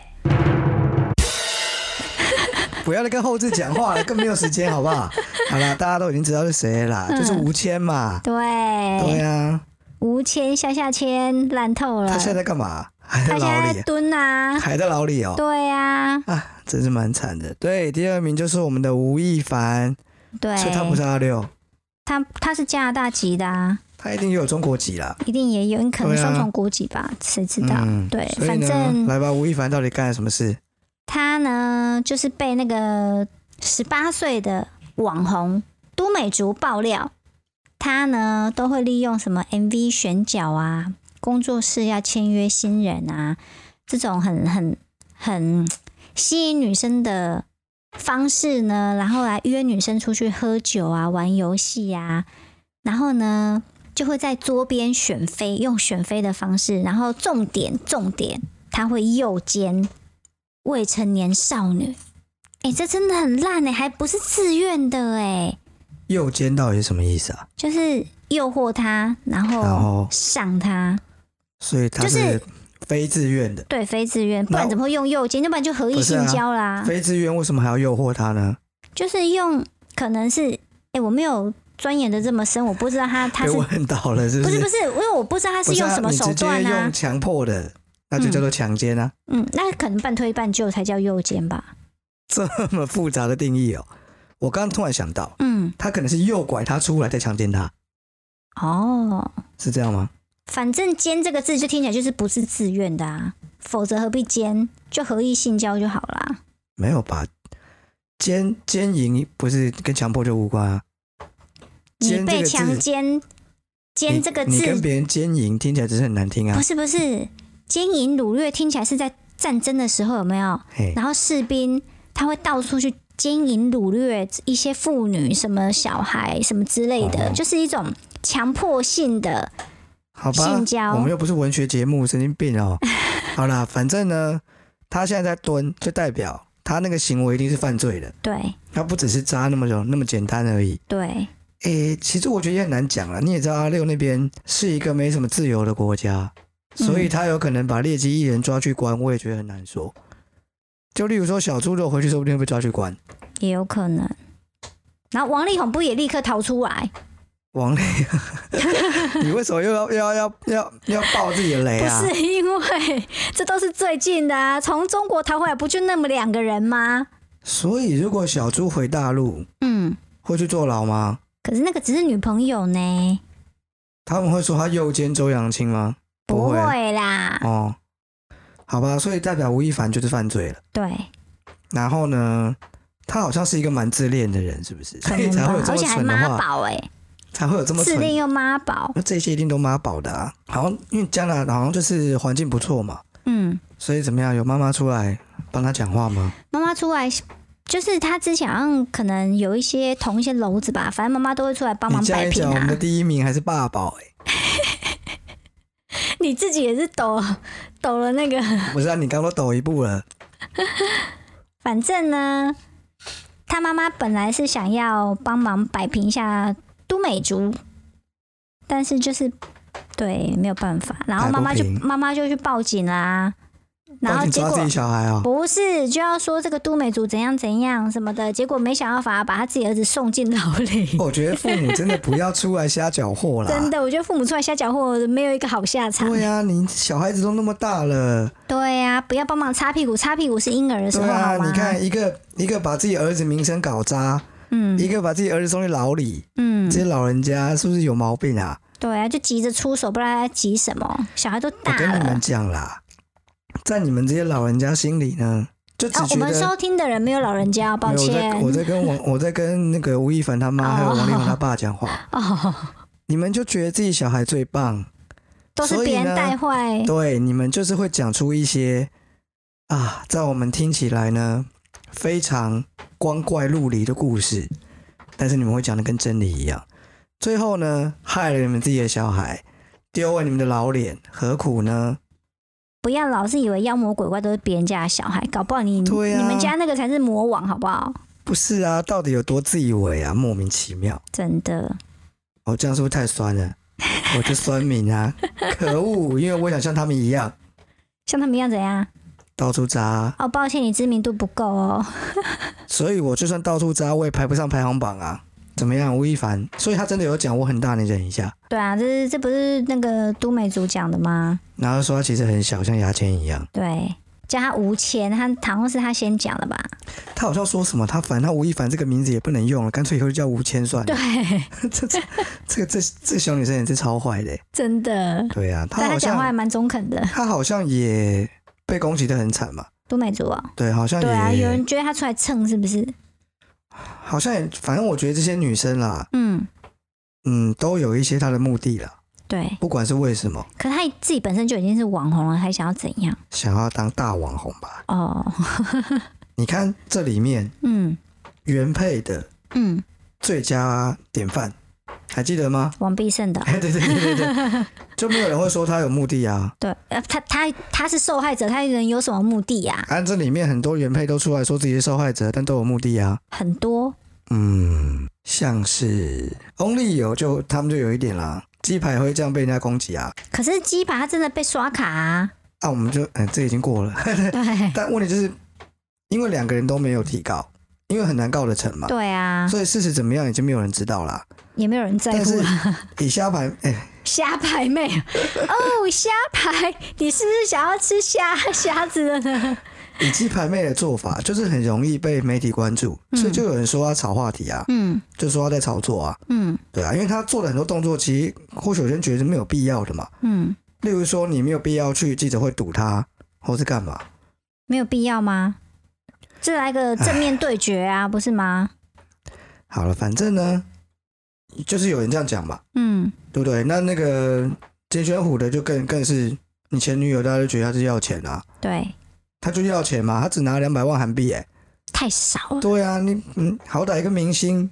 [SPEAKER 1] 不要再跟后置讲话了，更没有时间，好不 好？好啦，大家都已经知道是谁了啦，就是吴谦嘛。对
[SPEAKER 2] 嗯对，
[SPEAKER 1] 啊，
[SPEAKER 2] 吴谦下下签烂透了，
[SPEAKER 1] 他现在在干嘛？还在
[SPEAKER 2] 他现
[SPEAKER 1] 牢
[SPEAKER 2] 在
[SPEAKER 1] 里
[SPEAKER 2] 在
[SPEAKER 1] 啊，
[SPEAKER 2] 蹲啊，
[SPEAKER 1] 还在牢里哦。
[SPEAKER 2] 对啊，
[SPEAKER 1] 啊，真是蛮惨的。对，第二名就是我们的吴亦凡，
[SPEAKER 2] 对，
[SPEAKER 1] 所以他不是阿六，
[SPEAKER 2] 他他是加拿大籍的啊，
[SPEAKER 1] 他一定也有中国籍啦。
[SPEAKER 2] 一定也有，你可能
[SPEAKER 1] 对啊嗯
[SPEAKER 2] 双重国籍吧，谁知道？对，
[SPEAKER 1] 所以
[SPEAKER 2] 反
[SPEAKER 1] 呢
[SPEAKER 2] 正
[SPEAKER 1] 来吧，吴亦凡到底干了什么事？
[SPEAKER 2] 他呢就是被那个十八岁的网红都美竹爆料，他呢都会利用什么 MV 选角啊，工作室要签约新人啊，这种很很很吸引女生的方式呢，然后来约女生出去喝酒啊、玩游戏啊，然后呢就会在桌边选妃，用选妃的方式，然后重点重点，他会诱奸未成年少女。哎、这真的很烂哎、还不是自愿的哎、
[SPEAKER 1] 右肩到底是什么意思啊？
[SPEAKER 2] 就是诱惑他，然
[SPEAKER 1] 然
[SPEAKER 2] 后
[SPEAKER 1] 后，
[SPEAKER 2] 上他，
[SPEAKER 1] 所以他
[SPEAKER 2] 就是
[SPEAKER 1] 是非自愿的，
[SPEAKER 2] 对，非自愿，不然
[SPEAKER 1] 那
[SPEAKER 2] 怎么会用诱奸？要不然就合意
[SPEAKER 1] 不是啊
[SPEAKER 2] 性交啦。
[SPEAKER 1] 非自愿为什么还要诱惑他呢？
[SPEAKER 2] 就是用可能是，哎、我没有钻研的这么深，我不知 道他他
[SPEAKER 1] 被
[SPEAKER 2] 是
[SPEAKER 1] 问到了是
[SPEAKER 2] 不是
[SPEAKER 1] 是
[SPEAKER 2] 不？是，因为我不知道他
[SPEAKER 1] 不
[SPEAKER 2] 是用
[SPEAKER 1] 啊
[SPEAKER 2] 什么手段
[SPEAKER 1] 你直接
[SPEAKER 2] 啊
[SPEAKER 1] 用。强迫的，那就叫做强奸啊！
[SPEAKER 2] 嗯，那可能半推半就才叫诱奸吧。
[SPEAKER 1] 这么复杂的定义哦。我刚刚突然想到，
[SPEAKER 2] 嗯，
[SPEAKER 1] 他可能是诱拐他出来再强奸他，
[SPEAKER 2] 哦，
[SPEAKER 1] 是这样吗？
[SPEAKER 2] 反正“奸”这个字就听起来就是不是自愿的啊，否则何必奸？就合意性交就好啦。
[SPEAKER 1] 没有吧？奸奸淫不是跟强迫就无关啊。
[SPEAKER 2] 你
[SPEAKER 1] 奸这
[SPEAKER 2] 被
[SPEAKER 1] 个字
[SPEAKER 2] 强奸，“奸”这个
[SPEAKER 1] 你
[SPEAKER 2] 字
[SPEAKER 1] 你跟别人奸淫听起来只是很难听啊
[SPEAKER 2] 不。是不是，奸淫掳掠听起来是在战争的时候有没有？
[SPEAKER 1] 嘿，
[SPEAKER 2] 然后士兵他会到处去奸淫掳掠一些妇女、什么小孩、什么之类的，
[SPEAKER 1] 哦
[SPEAKER 2] 就是一种强迫性的。
[SPEAKER 1] 好吧
[SPEAKER 2] 性交，
[SPEAKER 1] 我们又不是文学节目，神经病哦。好啦，反正呢，他现在在蹲，就代表他那个行为一定是犯罪的，
[SPEAKER 2] 对
[SPEAKER 1] 他不只是渣那么容那么简单而已。
[SPEAKER 2] 对，
[SPEAKER 1] 诶、其实我觉得也很难讲啦。你也知道，阿六那边是一个没什么自由的国家，所
[SPEAKER 2] 嗯
[SPEAKER 1] 以他有可能把劣迹艺人抓去关，我也觉得很难说。就例如说小猪肉回去，说不定会被抓去关。
[SPEAKER 2] 也有可能。然后王力宏不也立刻逃出来？
[SPEAKER 1] 王 磊，你为什么又要又要要要要爆自己的雷
[SPEAKER 2] 不
[SPEAKER 1] 啊？
[SPEAKER 2] 是 因为这都是最近的啊，从中国逃回来不就那么两个人吗？
[SPEAKER 1] 所以如果小猪回大陆，
[SPEAKER 2] 嗯，
[SPEAKER 1] 会去坐牢吗？
[SPEAKER 2] 可是那个只是女朋友呢，
[SPEAKER 1] 他们会说他右肩周扬青吗？
[SPEAKER 2] 不
[SPEAKER 1] 会
[SPEAKER 2] 会啦。
[SPEAKER 1] 哦，好吧，所以代表吴亦凡就是犯罪了。
[SPEAKER 2] 对，
[SPEAKER 1] 然后呢，他好像是一个蛮自恋的人，是不是？
[SPEAKER 2] 可
[SPEAKER 1] 所以
[SPEAKER 2] 能
[SPEAKER 1] 才会有
[SPEAKER 2] 吧，
[SPEAKER 1] 这
[SPEAKER 2] 而
[SPEAKER 1] 么
[SPEAKER 2] 且还
[SPEAKER 1] 蠢的
[SPEAKER 2] 妈
[SPEAKER 1] 话，
[SPEAKER 2] 宝哎，
[SPEAKER 1] 才会有这么
[SPEAKER 2] 自
[SPEAKER 1] 蠢。
[SPEAKER 2] 恋又妈宝，
[SPEAKER 1] 那这些一定都妈宝的啊，好像因为加拿大好像就是环境不错嘛，
[SPEAKER 2] 嗯。
[SPEAKER 1] 所以怎么样？有妈妈出来帮他讲话吗？
[SPEAKER 2] 妈妈出来，就是她之前好像可能有一些同一些篓子吧，反正妈妈都会出来帮
[SPEAKER 1] 你
[SPEAKER 2] 忙
[SPEAKER 1] 这样
[SPEAKER 2] 摆
[SPEAKER 1] 一
[SPEAKER 2] 平
[SPEAKER 1] 讲，我们的
[SPEAKER 2] 啊。
[SPEAKER 1] 第一名还是爸宝哎、
[SPEAKER 2] 你自己也是抖抖了那个，
[SPEAKER 1] 不是啊，你刚都抖一步了，
[SPEAKER 2] 反正呢，她妈妈本来是想要帮忙摆平一下都美竹，但是就是对，没有办法。然后
[SPEAKER 1] 摆不
[SPEAKER 2] 妈妈就
[SPEAKER 1] 平
[SPEAKER 2] 妈妈就去报警啦、 然
[SPEAKER 1] 报
[SPEAKER 2] 后
[SPEAKER 1] 警
[SPEAKER 2] 结
[SPEAKER 1] 抓
[SPEAKER 2] 果
[SPEAKER 1] 自己小孩 啊、
[SPEAKER 2] 不是就要说这个都美族怎样怎样什么的，结果没想到反而把他自己儿子送进牢里。
[SPEAKER 1] 我觉得父母真的不要出来瞎搅和啦。
[SPEAKER 2] 真的，我觉得父母出来瞎搅和，没有一个好下场。
[SPEAKER 1] 对呀、你小孩子都那么大了，
[SPEAKER 2] 对啊呀、不要帮忙擦屁股，擦屁股是婴儿的时
[SPEAKER 1] 对
[SPEAKER 2] 候，
[SPEAKER 1] 啊，
[SPEAKER 2] 好吗？
[SPEAKER 1] 你看一个一个把自己儿子名声搞砸，
[SPEAKER 2] 嗯
[SPEAKER 1] 一个把自己儿子送去牢里，
[SPEAKER 2] 嗯
[SPEAKER 1] 这，些老人家是不是有毛病啊？
[SPEAKER 2] 对啊，就急着出手，不知道在急什么。小孩都
[SPEAKER 1] 我
[SPEAKER 2] 大
[SPEAKER 1] 跟你
[SPEAKER 2] 了
[SPEAKER 1] 们，讲啦，在你们这些老人家心里呢，就只
[SPEAKER 2] 啊，我
[SPEAKER 1] 觉
[SPEAKER 2] 们
[SPEAKER 1] 得。
[SPEAKER 2] 收听的人没有老人家，抱
[SPEAKER 1] 没有，我在
[SPEAKER 2] 歉。
[SPEAKER 1] 我在跟 王，我在跟那个吴亦凡他妈还有王力宏他爸讲话，
[SPEAKER 2] 哦，
[SPEAKER 1] 你们就觉得自己小孩最棒，
[SPEAKER 2] 都是
[SPEAKER 1] 所以
[SPEAKER 2] 别
[SPEAKER 1] 呢
[SPEAKER 2] 人带坏。
[SPEAKER 1] 对，你们就是会讲出一些啊，在我们听起来呢非常光怪陆离的故事，但是你们会讲的跟真理一样，最后呢害了你们自己的小孩，丢了你们的老脸，何苦呢？
[SPEAKER 2] 不要老是以为妖魔鬼怪都是别人家的小孩，搞不好你、
[SPEAKER 1] 对啊
[SPEAKER 2] 你们家那个才是魔王，好不好？
[SPEAKER 1] 不是啊，到底有多自以为啊？莫名其妙，
[SPEAKER 2] 真的，
[SPEAKER 1] 哦，这样是不是太酸 了？我就酸民啊，可恶！因为我想像他们一样
[SPEAKER 2] 像他们一样怎样？
[SPEAKER 1] 到处渣，
[SPEAKER 2] 哦，抱歉，你知名度不够哦。
[SPEAKER 1] 所以我就算到处渣，我也排不上排行榜啊。怎么样，吴亦凡？所以他真的有讲我很大，你忍一下。
[SPEAKER 2] 对啊，这是这不是那个都美竹讲的吗？
[SPEAKER 1] 然后说他其实很小，像牙签一样。
[SPEAKER 2] 对，叫他吴谦，他好像是他先讲的吧？
[SPEAKER 1] 他好像说什么，他反正他吴亦凡这个名字也不能用了，干脆以后就叫吴谦算了
[SPEAKER 2] 对。，
[SPEAKER 1] 这这这这这小女生也是超坏的欸、
[SPEAKER 2] 真的，
[SPEAKER 1] 对啊，她
[SPEAKER 2] 但
[SPEAKER 1] 好
[SPEAKER 2] 他讲话还
[SPEAKER 1] 像
[SPEAKER 2] 蛮中肯的。
[SPEAKER 1] 她好像也被攻击的很惨嘛。
[SPEAKER 2] 都美竹哦，
[SPEAKER 1] 对，好像也
[SPEAKER 2] 对啊，有人觉得他出来蹭是不是？
[SPEAKER 1] 好像也，嗯反正我觉得这些女生啦，
[SPEAKER 2] 嗯，
[SPEAKER 1] 嗯，都有一些她的目的啦，
[SPEAKER 2] 对。
[SPEAKER 1] 不管是为什么，
[SPEAKER 2] 可他自己本身就已经是网红了，还想要怎样？
[SPEAKER 1] 想要当大网红吧。
[SPEAKER 2] 哦，
[SPEAKER 1] 你看这里面
[SPEAKER 2] 嗯
[SPEAKER 1] 原配的
[SPEAKER 2] 嗯，
[SPEAKER 1] 最佳典范，还记得 吗？
[SPEAKER 2] 王必胜的
[SPEAKER 1] 哎，对对对对对，就没有人会说她有目的啊。
[SPEAKER 2] 对，呃，他他他是受害者，他能有什么目的呀、
[SPEAKER 1] 啊，这里面很多原配都出来说自己是受害者，但都有目的啊。
[SPEAKER 2] 很多
[SPEAKER 1] 嗯，像是 Only 有就他们就有一点啦，鸡排会这样被人家攻击啊。
[SPEAKER 2] 可是鸡排他真的被刷卡 啊，
[SPEAKER 1] 啊，我们就嗯，这已经过了。
[SPEAKER 2] 对
[SPEAKER 1] 但问题就是，因为两个人都没有提告，因为很难告得成嘛，
[SPEAKER 2] 对啊，
[SPEAKER 1] 所以事实怎么样已经没有人知道啦。
[SPEAKER 2] 也没有人在
[SPEAKER 1] 但
[SPEAKER 2] 乎
[SPEAKER 1] 是
[SPEAKER 2] 了。
[SPEAKER 1] 以下盘， 哎、
[SPEAKER 2] 虾排妹哦，虾排，你是不是想要吃虾虾子了呢？
[SPEAKER 1] 以鸡排妹的做法，就是很容易被媒体关注，所以就有人说她炒话题啊，
[SPEAKER 2] 嗯
[SPEAKER 1] 就说她在炒作啊，
[SPEAKER 2] 嗯
[SPEAKER 1] 对啊，因为她做的很多动作，其实或许有些人觉得是没有必要的嘛。
[SPEAKER 2] 嗯，
[SPEAKER 1] 例如说，你没有必要去记者会堵他，或是干嘛？
[SPEAKER 2] 没有必要吗？这来个正面对决 啊，不是吗？
[SPEAKER 1] 好了，反正呢，就是有人这样讲嘛，
[SPEAKER 2] 嗯，
[SPEAKER 1] 对不对？那那个金宣虎的就更更是你前女友，大家就觉得他是要钱啊，
[SPEAKER 2] 对，
[SPEAKER 1] 他就要钱嘛，他只拿两百万韩币、欸，
[SPEAKER 2] 太少了，
[SPEAKER 1] 对啊，你嗯，好歹一个明星，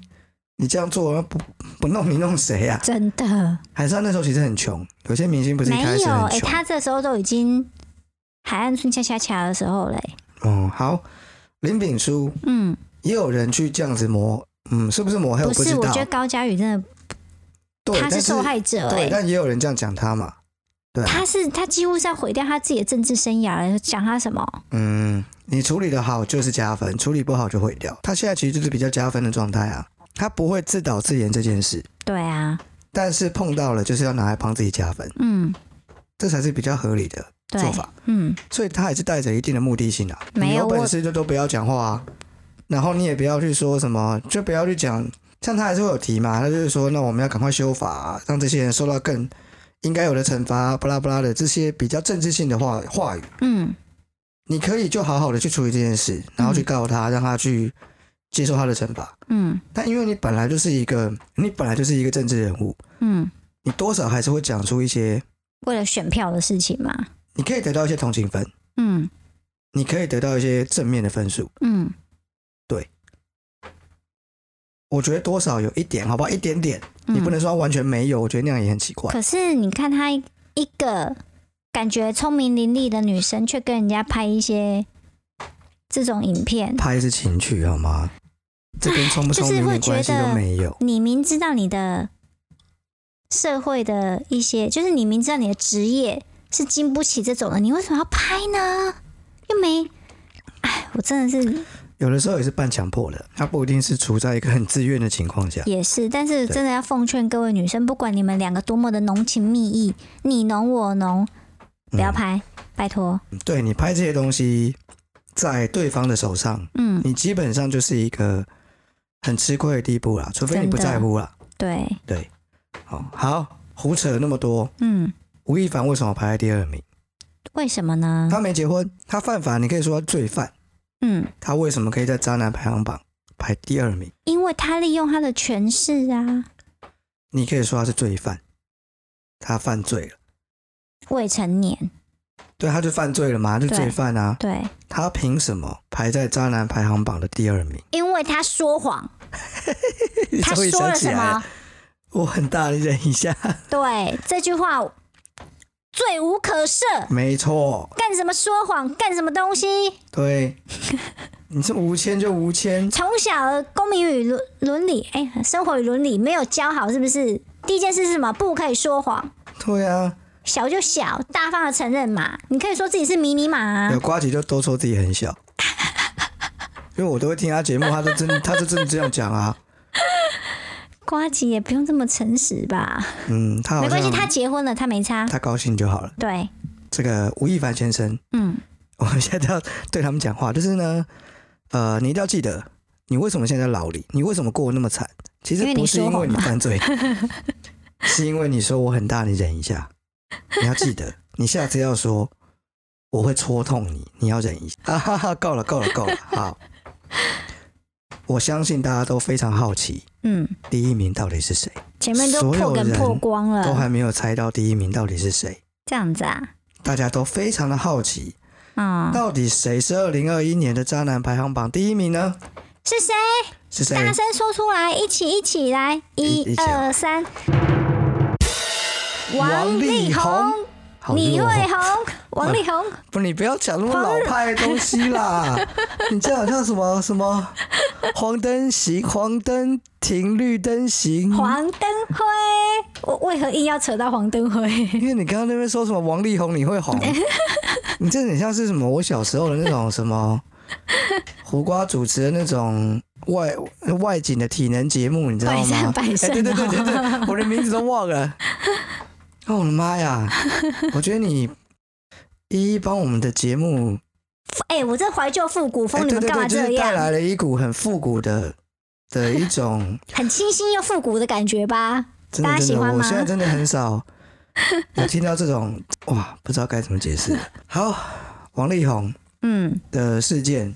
[SPEAKER 1] 你这样做不不弄你弄谁啊？
[SPEAKER 2] 真的
[SPEAKER 1] 还是他那时候其实很穷，有些明星不是一
[SPEAKER 2] 没
[SPEAKER 1] 开始
[SPEAKER 2] 有。
[SPEAKER 1] 很
[SPEAKER 2] 哎、
[SPEAKER 1] 穷。
[SPEAKER 2] 他这时候都已经海岸村恰恰恰的时候嘞、
[SPEAKER 1] 哦，好，林炳书
[SPEAKER 2] 嗯。
[SPEAKER 1] 也有人去这样子磨，嗯，是不是抹黑我
[SPEAKER 2] 不
[SPEAKER 1] 知
[SPEAKER 2] 是，我
[SPEAKER 1] 道
[SPEAKER 2] 觉，得高佳宇真的，
[SPEAKER 1] 对，
[SPEAKER 2] 他
[SPEAKER 1] 但
[SPEAKER 2] 是受害者、
[SPEAKER 1] 对，
[SPEAKER 2] 欸，
[SPEAKER 1] 但也有人这样讲他嘛。对啊，
[SPEAKER 2] 他是他几乎是要毁掉他自己的政治生涯了，讲他什么？
[SPEAKER 1] 嗯，你处理的好就是加分，处理不好就毁掉。他现在其实就是比较加分的状态啊，他不会自导自演这件事，
[SPEAKER 2] 对啊，
[SPEAKER 1] 但是碰到了就是要拿来帮自己加分，
[SPEAKER 2] 嗯，
[SPEAKER 1] 这才是比较合理的
[SPEAKER 2] 对
[SPEAKER 1] 做，法。
[SPEAKER 2] 嗯，
[SPEAKER 1] 所以他也是带着一定的目的性啊。
[SPEAKER 2] 没有
[SPEAKER 1] 你有
[SPEAKER 2] 我
[SPEAKER 1] 本事就都不要讲话啊，然后你也不要去说什么，就不要去讲。像他还是会有提嘛，他就是说，那我们要赶快修法啊、让这些人受到更应该有的惩罚啊，不拉不拉的这些比较政治性的话话语。
[SPEAKER 2] 嗯，
[SPEAKER 1] 你可以就好好的去处理这件事，然后去告他，让他去接受他的惩罚。
[SPEAKER 2] 嗯，
[SPEAKER 1] 但因为你本来就是一个，你本来就是一个政治人物，
[SPEAKER 2] 嗯，
[SPEAKER 1] 你多少还是会讲出一些，
[SPEAKER 2] 为了选票的事情嘛，
[SPEAKER 1] 你可以得到一些同情分，
[SPEAKER 2] 嗯
[SPEAKER 1] 你可以得到一些正面的分数。
[SPEAKER 2] 嗯，
[SPEAKER 1] 我觉得多少有一点，好不好？一点点，
[SPEAKER 2] 嗯
[SPEAKER 1] 你不。能说完全没有，我觉得那样也很奇怪。
[SPEAKER 2] 可是你看他一个感觉聪明伶俐的女生，却跟人家拍一些这种影片，
[SPEAKER 1] 拍是情趣好 吗？这跟聪不聪明
[SPEAKER 2] 就是
[SPEAKER 1] 的
[SPEAKER 2] 会觉
[SPEAKER 1] 关系都
[SPEAKER 2] 得
[SPEAKER 1] 没有。
[SPEAKER 2] 你明知道你的社会的一些，就是你明知道你的职业是经不起这种的，你为什么要拍呢？又没，哎，我真的是
[SPEAKER 1] 有的时候也是半强迫的，他不一定是处在一个很自愿的情况下。
[SPEAKER 2] 也是，但是
[SPEAKER 1] 对
[SPEAKER 2] 真的要奉劝各位女生，不管你们两个多么的浓情蜜意，你侬我侬，不要拍，拜托。
[SPEAKER 1] 嗯对你拍这些东西在对方的手上，
[SPEAKER 2] 嗯，
[SPEAKER 1] 你基本上就是一个很吃亏的地步啦，除非你不
[SPEAKER 2] 真的
[SPEAKER 1] 在乎啦。
[SPEAKER 2] 对，
[SPEAKER 1] 对，好、好，胡扯那么多，
[SPEAKER 2] 嗯，
[SPEAKER 1] 吴亦凡为什么排在第二名？
[SPEAKER 2] 为什么呢？
[SPEAKER 1] 他没结婚，他犯法，你可以说他罪犯，
[SPEAKER 2] 嗯，
[SPEAKER 1] 他为什么可以在渣男排行榜排第二名？
[SPEAKER 2] 因为他利用他的权势啊，
[SPEAKER 1] 你可以说他是罪犯，他犯罪了，
[SPEAKER 2] 未成年，
[SPEAKER 1] 对，他就犯罪了嘛，他就
[SPEAKER 2] 对
[SPEAKER 1] 罪犯啊，
[SPEAKER 2] 对，
[SPEAKER 1] 他凭什么排在渣男排行榜的第二名？
[SPEAKER 2] 因为他说谎，
[SPEAKER 1] 你
[SPEAKER 2] 他
[SPEAKER 1] 终于
[SPEAKER 2] 说
[SPEAKER 1] 想
[SPEAKER 2] 了
[SPEAKER 1] 起
[SPEAKER 2] 什
[SPEAKER 1] 来
[SPEAKER 2] 么
[SPEAKER 1] 了，？我很大力忍一 下，
[SPEAKER 2] 对，这句话罪无可赦。
[SPEAKER 1] 没错，
[SPEAKER 2] 干什么说谎？干什么东西？
[SPEAKER 1] 对，你是无签就无签，
[SPEAKER 2] 从小公民与伦伦理，哎、生活与伦理没有教好，是不是？第一件事是什么？不可以说谎。
[SPEAKER 1] 对啊，
[SPEAKER 2] 小就小，大方的承认嘛。你可以说自己是迷你马、啊
[SPEAKER 1] 有，瓜姐就都说自己很小，因为我都会听他节目，他就 真他就真的这样讲啊，
[SPEAKER 2] 瓜吉也不用这么诚实吧？
[SPEAKER 1] 嗯，他
[SPEAKER 2] 没
[SPEAKER 1] 好
[SPEAKER 2] 关系，
[SPEAKER 1] 像
[SPEAKER 2] 他啊结婚了，他没差。
[SPEAKER 1] 他高兴就好了。
[SPEAKER 2] 对，
[SPEAKER 1] 这个吴亦凡先生，
[SPEAKER 2] 嗯，
[SPEAKER 1] 我们现在都要对他们讲话，就是呢，呃，你一定要记得，你为什么现在在牢里，你为什么过得那么惨？其实
[SPEAKER 2] 因为你
[SPEAKER 1] 不是因
[SPEAKER 2] 说
[SPEAKER 1] 为
[SPEAKER 2] 谎
[SPEAKER 1] 你
[SPEAKER 2] 嘛
[SPEAKER 1] 犯 罪，是因为你说我很大，你忍一下。你要记得，你下次要说我会戳痛你，你要忍一下。啊哈哈，够了，够了，够了，好。我相信大家都非常好奇，
[SPEAKER 2] 嗯，
[SPEAKER 1] 第一名到底是谁，
[SPEAKER 2] 前面都
[SPEAKER 1] 所有
[SPEAKER 2] 破梗
[SPEAKER 1] 人
[SPEAKER 2] 破光
[SPEAKER 1] 都
[SPEAKER 2] 了，
[SPEAKER 1] 还没有猜到第一名到底是谁，
[SPEAKER 2] 这样子啊，
[SPEAKER 1] 大家都非常的好奇。
[SPEAKER 2] 嗯，
[SPEAKER 1] 到底谁是二零二一年的渣男排行榜第一名呢？
[SPEAKER 2] 是谁？
[SPEAKER 1] 是谁？
[SPEAKER 2] 大声说出来，一起一起来，
[SPEAKER 1] 一一
[SPEAKER 2] 一
[SPEAKER 1] 起啊
[SPEAKER 2] 二三。
[SPEAKER 1] 王力
[SPEAKER 2] 力
[SPEAKER 1] 宏
[SPEAKER 2] 宏，
[SPEAKER 1] 好
[SPEAKER 2] 你
[SPEAKER 1] 弱
[SPEAKER 2] 会
[SPEAKER 1] 哦
[SPEAKER 2] 红，王力宏，
[SPEAKER 1] 不？你不要讲那么老派的东西 啦！你这样好像什么什么黄灯行，黄灯停，绿灯行。
[SPEAKER 2] 黄灯辉，我为何硬要扯到黄灯辉？
[SPEAKER 1] 因为你刚刚那边说什么王力宏你会红，你这很像是什么我小时候的那种什么胡瓜主持的那种外外景的体能节目，你知道
[SPEAKER 2] 百
[SPEAKER 1] 吗
[SPEAKER 2] 胜？百胜啊
[SPEAKER 1] 哎对对对对对，我连名字都忘了。 哦我的妈呀！我觉得你一一帮我们的节目，
[SPEAKER 2] 哎、我这怀旧复古
[SPEAKER 1] 哎
[SPEAKER 2] 风，你
[SPEAKER 1] 对
[SPEAKER 2] 们
[SPEAKER 1] 对
[SPEAKER 2] 干
[SPEAKER 1] 对，
[SPEAKER 2] 嘛
[SPEAKER 1] 就
[SPEAKER 2] 这
[SPEAKER 1] 是带
[SPEAKER 2] 样？
[SPEAKER 1] 来了一股很复古的的一种，
[SPEAKER 2] 很清新又复古的感觉吧？
[SPEAKER 1] 真
[SPEAKER 2] 大
[SPEAKER 1] 的
[SPEAKER 2] 家
[SPEAKER 1] 真
[SPEAKER 2] 喜
[SPEAKER 1] 的，
[SPEAKER 2] 欢
[SPEAKER 1] 我
[SPEAKER 2] 吗
[SPEAKER 1] 现在真的很 少有听到这种哇，不知道该怎么解释。好，王力宏。
[SPEAKER 2] 嗯，
[SPEAKER 1] 的事件，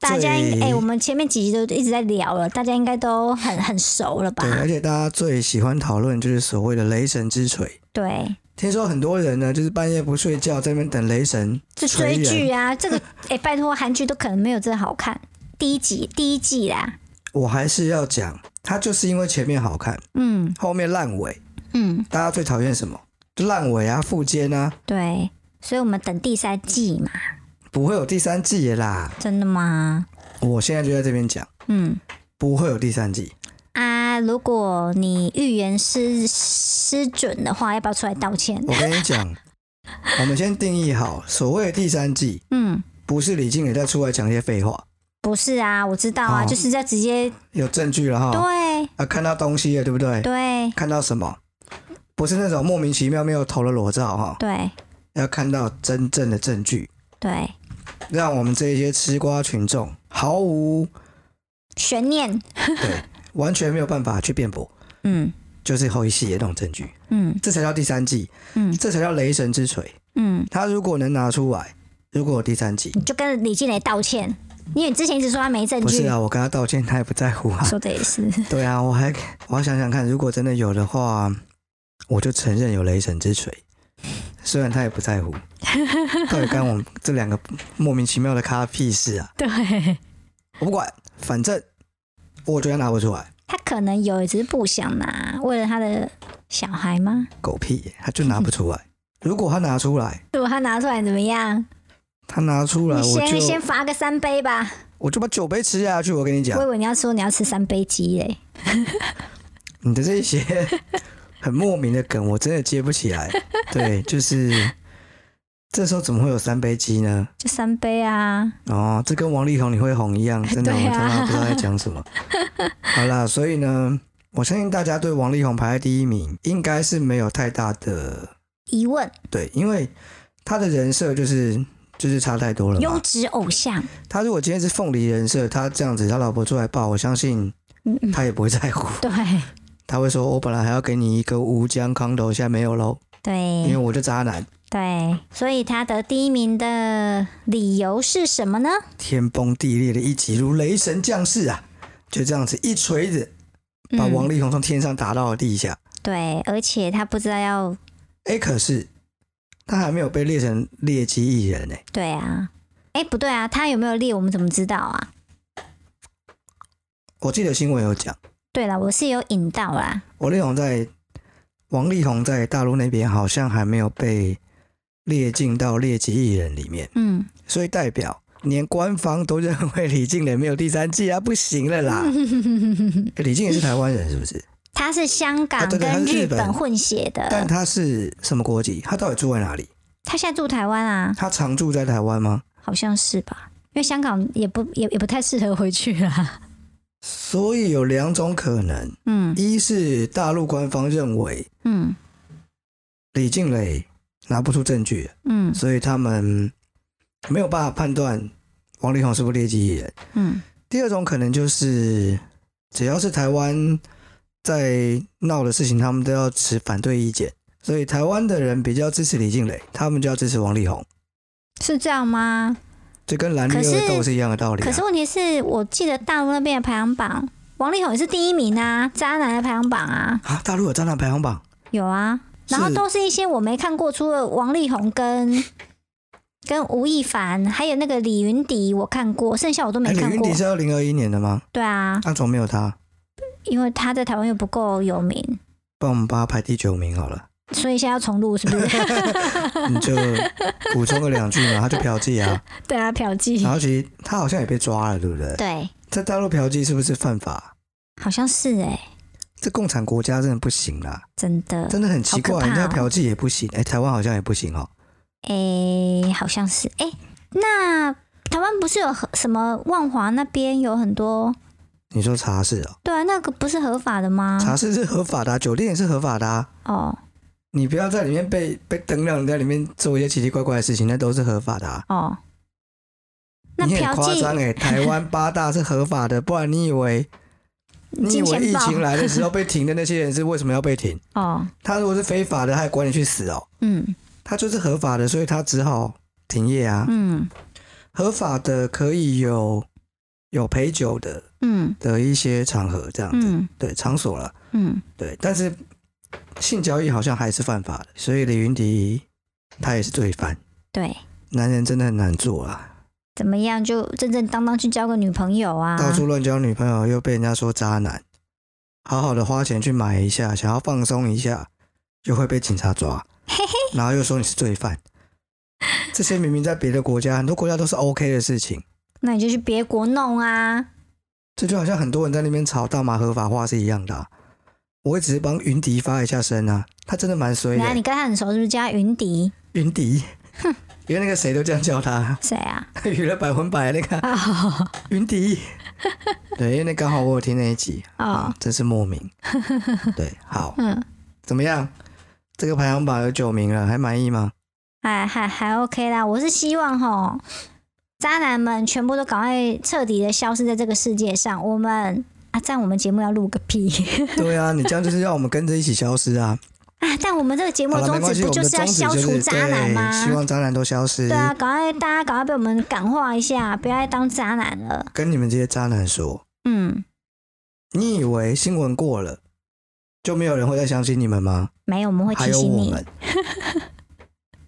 [SPEAKER 2] 大家应
[SPEAKER 1] 最
[SPEAKER 2] 哎、我们前面几集都一直在聊了，大家应该都很很熟了吧
[SPEAKER 1] 对，？而且大家最喜欢讨论就是所谓的雷神之锤。
[SPEAKER 2] 对，
[SPEAKER 1] 听说很多人呢，就是半夜不睡觉，在那边等雷神
[SPEAKER 2] 这
[SPEAKER 1] 锤
[SPEAKER 2] 追剧
[SPEAKER 1] 人。
[SPEAKER 2] 啊，这个哎、拜托，韩剧都可能没有这好看。第一集，第一季啦，
[SPEAKER 1] 我还是要讲，他就是因为前面好看，
[SPEAKER 2] 嗯
[SPEAKER 1] 后面烂尾，
[SPEAKER 2] 嗯，
[SPEAKER 1] 大家最讨厌什么？就烂尾啊，复健啊，
[SPEAKER 2] 对，所以我们等第三季嘛，
[SPEAKER 1] 不会有第三季的啦。
[SPEAKER 2] 真的吗？
[SPEAKER 1] 我现在就在这边讲，
[SPEAKER 2] 嗯
[SPEAKER 1] 不会有第三 季。
[SPEAKER 2] 啊，如果你预言失失准的话，要不要出来道歉？
[SPEAKER 1] 我跟你讲，我们先定义好，所谓的第三季，
[SPEAKER 2] 嗯，
[SPEAKER 1] 不是李静也在出来讲一些废话，
[SPEAKER 2] 不是啊，我知道啊，
[SPEAKER 1] 哦
[SPEAKER 2] 就是要直接
[SPEAKER 1] 有证据了哈，
[SPEAKER 2] 对
[SPEAKER 1] 啊，看到东西了，对不对？
[SPEAKER 2] 对
[SPEAKER 1] 看到什么？不是那种莫名其妙没有头的裸照哈，
[SPEAKER 2] 对
[SPEAKER 1] 要看到真正的证据，
[SPEAKER 2] 对，
[SPEAKER 1] 让我们这些吃瓜群众毫无
[SPEAKER 2] 悬念，
[SPEAKER 1] 对，完全没有办法去辩驳，
[SPEAKER 2] 嗯
[SPEAKER 1] 就是后一系列那种证据，
[SPEAKER 2] 嗯
[SPEAKER 1] 这才叫第三季，
[SPEAKER 2] 嗯
[SPEAKER 1] 这才叫雷神之锤。
[SPEAKER 2] 嗯，
[SPEAKER 1] 他如果能拿出来，如果有第三季，
[SPEAKER 2] 你就跟李静蕾道歉，因为你之前一直说他没证
[SPEAKER 1] 不是
[SPEAKER 2] 据，
[SPEAKER 1] 啊，我跟他道歉，他也不在乎啊。
[SPEAKER 2] 说的也是，
[SPEAKER 1] 对啊，我还我要想想看，如果真的有的话，我就承认有雷神之锤，虽然他也不在 乎。到底干我们这两个莫名其妙的咖屁事啊！
[SPEAKER 2] 对，
[SPEAKER 1] 我不管，反正我觉得拿不出来，
[SPEAKER 2] 他可能有，只是不想拿，为了他的小孩吗？
[SPEAKER 1] 狗屁耶，他就拿不出 来。如果他拿出来，
[SPEAKER 2] 如果他拿出来怎么样？
[SPEAKER 1] 他拿出来，
[SPEAKER 2] 你
[SPEAKER 1] 我
[SPEAKER 2] 先
[SPEAKER 1] 就
[SPEAKER 2] 先罚个三杯吧。
[SPEAKER 1] 我就把酒杯吃下去。我跟你讲
[SPEAKER 2] 我以，为你要说你要吃三杯鸡嘞，
[SPEAKER 1] 你的这些很莫名的梗，我真的接不起来。对，就是这时候怎么会有三杯鸡呢？
[SPEAKER 2] 就三杯啊，
[SPEAKER 1] 哦，这跟王力宏你会红一样，真的，
[SPEAKER 2] 对
[SPEAKER 1] 我
[SPEAKER 2] 啊
[SPEAKER 1] 他妈不知道在讲 什么。好啦，所以呢，我相信大家对王力宏排在第一名应该是没有太大的
[SPEAKER 2] 疑问，
[SPEAKER 1] 对，因为他的人设就是就是差太多了
[SPEAKER 2] 优
[SPEAKER 1] 嘛。
[SPEAKER 2] 质偶像，
[SPEAKER 1] 他如果今天是凤梨人设，他这样子，他老婆出来抱，我相信
[SPEAKER 2] 嗯嗯，
[SPEAKER 1] 他也不会在乎，
[SPEAKER 2] 对
[SPEAKER 1] 他会说：“我本来还要给你一个无姜康头，现在没有喽，因为
[SPEAKER 2] 对
[SPEAKER 1] 我就渣男，
[SPEAKER 2] 对，所以他得第一名的理由是什么呢？
[SPEAKER 1] 天崩地裂的一击，如雷神降世啊！”就这样子一锤子把
[SPEAKER 2] 嗯
[SPEAKER 1] 王力宏从天上打到了地下。
[SPEAKER 2] 对，而且他不知道要
[SPEAKER 1] 哎、可是他还没有被列成劣迹艺人呢、
[SPEAKER 2] 对啊，哎、不对啊，他有没有列我们怎么知道啊？
[SPEAKER 1] 我记得新闻有讲，
[SPEAKER 2] 对了，我是有引到啦，
[SPEAKER 1] 王力宏在王力宏在大陆那边好像还没有被列进到劣迹艺人里面，
[SPEAKER 2] 嗯，
[SPEAKER 1] 所以代表连官方都认为李静蕾没有第三季啊，不行了啦。欸李静蕾是台湾人是不是？
[SPEAKER 2] 他是香
[SPEAKER 1] 啊
[SPEAKER 2] 港
[SPEAKER 1] 对对他
[SPEAKER 2] 跟
[SPEAKER 1] 是日
[SPEAKER 2] 日
[SPEAKER 1] 本
[SPEAKER 2] 本混血的，
[SPEAKER 1] 但他是什么国籍？他到底住在哪里？
[SPEAKER 2] 他现在住台湾啊，
[SPEAKER 1] 他常住在台湾吗？
[SPEAKER 2] 好像是吧？因为香港也不也也不太适合回去啦。
[SPEAKER 1] 所以有两种可能：
[SPEAKER 2] 嗯
[SPEAKER 1] 一是大陆官方认为
[SPEAKER 2] 嗯
[SPEAKER 1] 李静蕾拿不出证据，
[SPEAKER 2] 嗯
[SPEAKER 1] 所以他们没有办法判断王力宏是不是劣迹艺人。
[SPEAKER 2] 嗯，
[SPEAKER 1] 第二种可能就是，只要是台湾在闹的事情，他们都要持反对意见，所以台湾的人比较支持李静蕾，他们就要支持王力宏，
[SPEAKER 2] 是这样吗？
[SPEAKER 1] 就跟蓝绿
[SPEAKER 2] 可是
[SPEAKER 1] 二斗是一样的道理、啊。
[SPEAKER 2] 可是问题是我记得大陆那边的排行榜，王力宏也是第一名啊，渣男的排行榜啊，
[SPEAKER 1] 啊，大陆有渣男排行榜，
[SPEAKER 2] 有啊，然后
[SPEAKER 1] 是
[SPEAKER 2] 都是一些我没看过，除了王力宏跟 跟吴亦凡，还有那个李云迪，我看过，剩下我都
[SPEAKER 1] 哎
[SPEAKER 2] 没
[SPEAKER 1] 李
[SPEAKER 2] 看
[SPEAKER 1] 云
[SPEAKER 2] 过
[SPEAKER 1] 迪。是二零二一年的吗？
[SPEAKER 2] 对啊，
[SPEAKER 1] 那、怎么没有他？
[SPEAKER 2] 因为他在台湾又不够有名，
[SPEAKER 1] 帮我们帮他排第九名好了，
[SPEAKER 2] 所以现在要重录是 不是？
[SPEAKER 1] 你就补充个两句嘛，他就嫖妓 啊。
[SPEAKER 2] 对啊，嫖
[SPEAKER 1] 然
[SPEAKER 2] 妓。
[SPEAKER 1] 后其实他好像也被抓了，对不对？
[SPEAKER 2] 对，
[SPEAKER 1] 在大陆嫖妓是不是犯法？
[SPEAKER 2] 好像是哎、
[SPEAKER 1] 这共产国家真的不行啦，
[SPEAKER 2] 真的，
[SPEAKER 1] 真的很奇怪，
[SPEAKER 2] 好可怕哦
[SPEAKER 1] 人家嫖妓也不行，哎、台湾好像也不行哦。
[SPEAKER 2] 哎、好像是哎、那台湾不是有和什么万华那边有很多？
[SPEAKER 1] 你说茶室哦，
[SPEAKER 2] 对啊，那个不是合法的吗？
[SPEAKER 1] 茶室是合法的啊、酒店也是合法的、啊，
[SPEAKER 2] 哦
[SPEAKER 1] 你不要在里面被被登，让人在里面做一些奇奇怪怪的事情，那都是合法的、啊。
[SPEAKER 2] 哦，那
[SPEAKER 1] 你
[SPEAKER 2] 嫖
[SPEAKER 1] 很夸张
[SPEAKER 2] 妓
[SPEAKER 1] 哎，台湾八大是合法的，不然你以为你以
[SPEAKER 2] 金
[SPEAKER 1] 为
[SPEAKER 2] 钱
[SPEAKER 1] 疫
[SPEAKER 2] 豹
[SPEAKER 1] 情来的时候被停的那些人是为什么要被停？
[SPEAKER 2] 哦，
[SPEAKER 1] 他如果是非法的，他还管你去死哦。
[SPEAKER 2] 嗯
[SPEAKER 1] 他就是合法的，所以他只好停业啊。
[SPEAKER 2] 嗯
[SPEAKER 1] 合法的可以有有陪酒的
[SPEAKER 2] 嗯
[SPEAKER 1] 的一些场合这样子，
[SPEAKER 2] 嗯
[SPEAKER 1] 对场所了。
[SPEAKER 2] 嗯，
[SPEAKER 1] 对，但是性交易好像还是犯法的，所以李云迪他也是罪犯。
[SPEAKER 2] 对，
[SPEAKER 1] 男人真的很难做啊，
[SPEAKER 2] 怎么样就正正当当去交个女朋友啊？
[SPEAKER 1] 到处乱交女朋友又被人家说渣男，好好的花钱去买一下，想要放松一下，就会被警察 抓，然后又说你是罪犯。这些明明在别的国家，很多国家都是 OK 的事情，
[SPEAKER 2] 那你就去别国弄啊。
[SPEAKER 1] 这就好像很多人在那边吵大麻合法化是一样的啊、我也只是帮云迪发一下声啊，他真的蛮衰
[SPEAKER 2] 然后
[SPEAKER 1] 的。
[SPEAKER 2] 你跟他很熟，是不是叫他云迪？
[SPEAKER 1] 云迪，因为那个谁都这样叫他。
[SPEAKER 2] 谁啊？
[SPEAKER 1] 娱乐百分百那个
[SPEAKER 2] 哦
[SPEAKER 1] 云 迪，对，因为那刚好我有听那一集啊
[SPEAKER 2] 哦，，
[SPEAKER 1] 真是莫 名。对，好，
[SPEAKER 2] 嗯，
[SPEAKER 1] 怎么样？这个排行榜有九名了，还满意吗？
[SPEAKER 2] 还还还 OK 啦。我是希望吼，渣男们全部都赶快彻底的消失在这个世界上。我们啊，这样我们节目要录个屁
[SPEAKER 1] 对 啊，你这样就是让我们跟着一起消失啊！
[SPEAKER 2] 啊！但我们这个节目
[SPEAKER 1] 好
[SPEAKER 2] 的
[SPEAKER 1] 了，没
[SPEAKER 2] 宗
[SPEAKER 1] 关
[SPEAKER 2] 旨
[SPEAKER 1] 系，
[SPEAKER 2] 不
[SPEAKER 1] 我们
[SPEAKER 2] 就
[SPEAKER 1] 的
[SPEAKER 2] 是
[SPEAKER 1] 宗
[SPEAKER 2] 要
[SPEAKER 1] 旨
[SPEAKER 2] 消
[SPEAKER 1] 就
[SPEAKER 2] 除
[SPEAKER 1] 是
[SPEAKER 2] 渣男吗
[SPEAKER 1] 对，？希望渣男都消失
[SPEAKER 2] 对。啊，赶快大家赶快被我们感化一下，不要再当渣男了。
[SPEAKER 1] 跟你们这些渣男说，
[SPEAKER 2] 嗯，
[SPEAKER 1] 你以为新闻过了就没有人会再相信你们吗？
[SPEAKER 2] 没有，我们会
[SPEAKER 1] 还
[SPEAKER 2] 提
[SPEAKER 1] 有
[SPEAKER 2] 醒
[SPEAKER 1] 我
[SPEAKER 2] 你。
[SPEAKER 1] 们，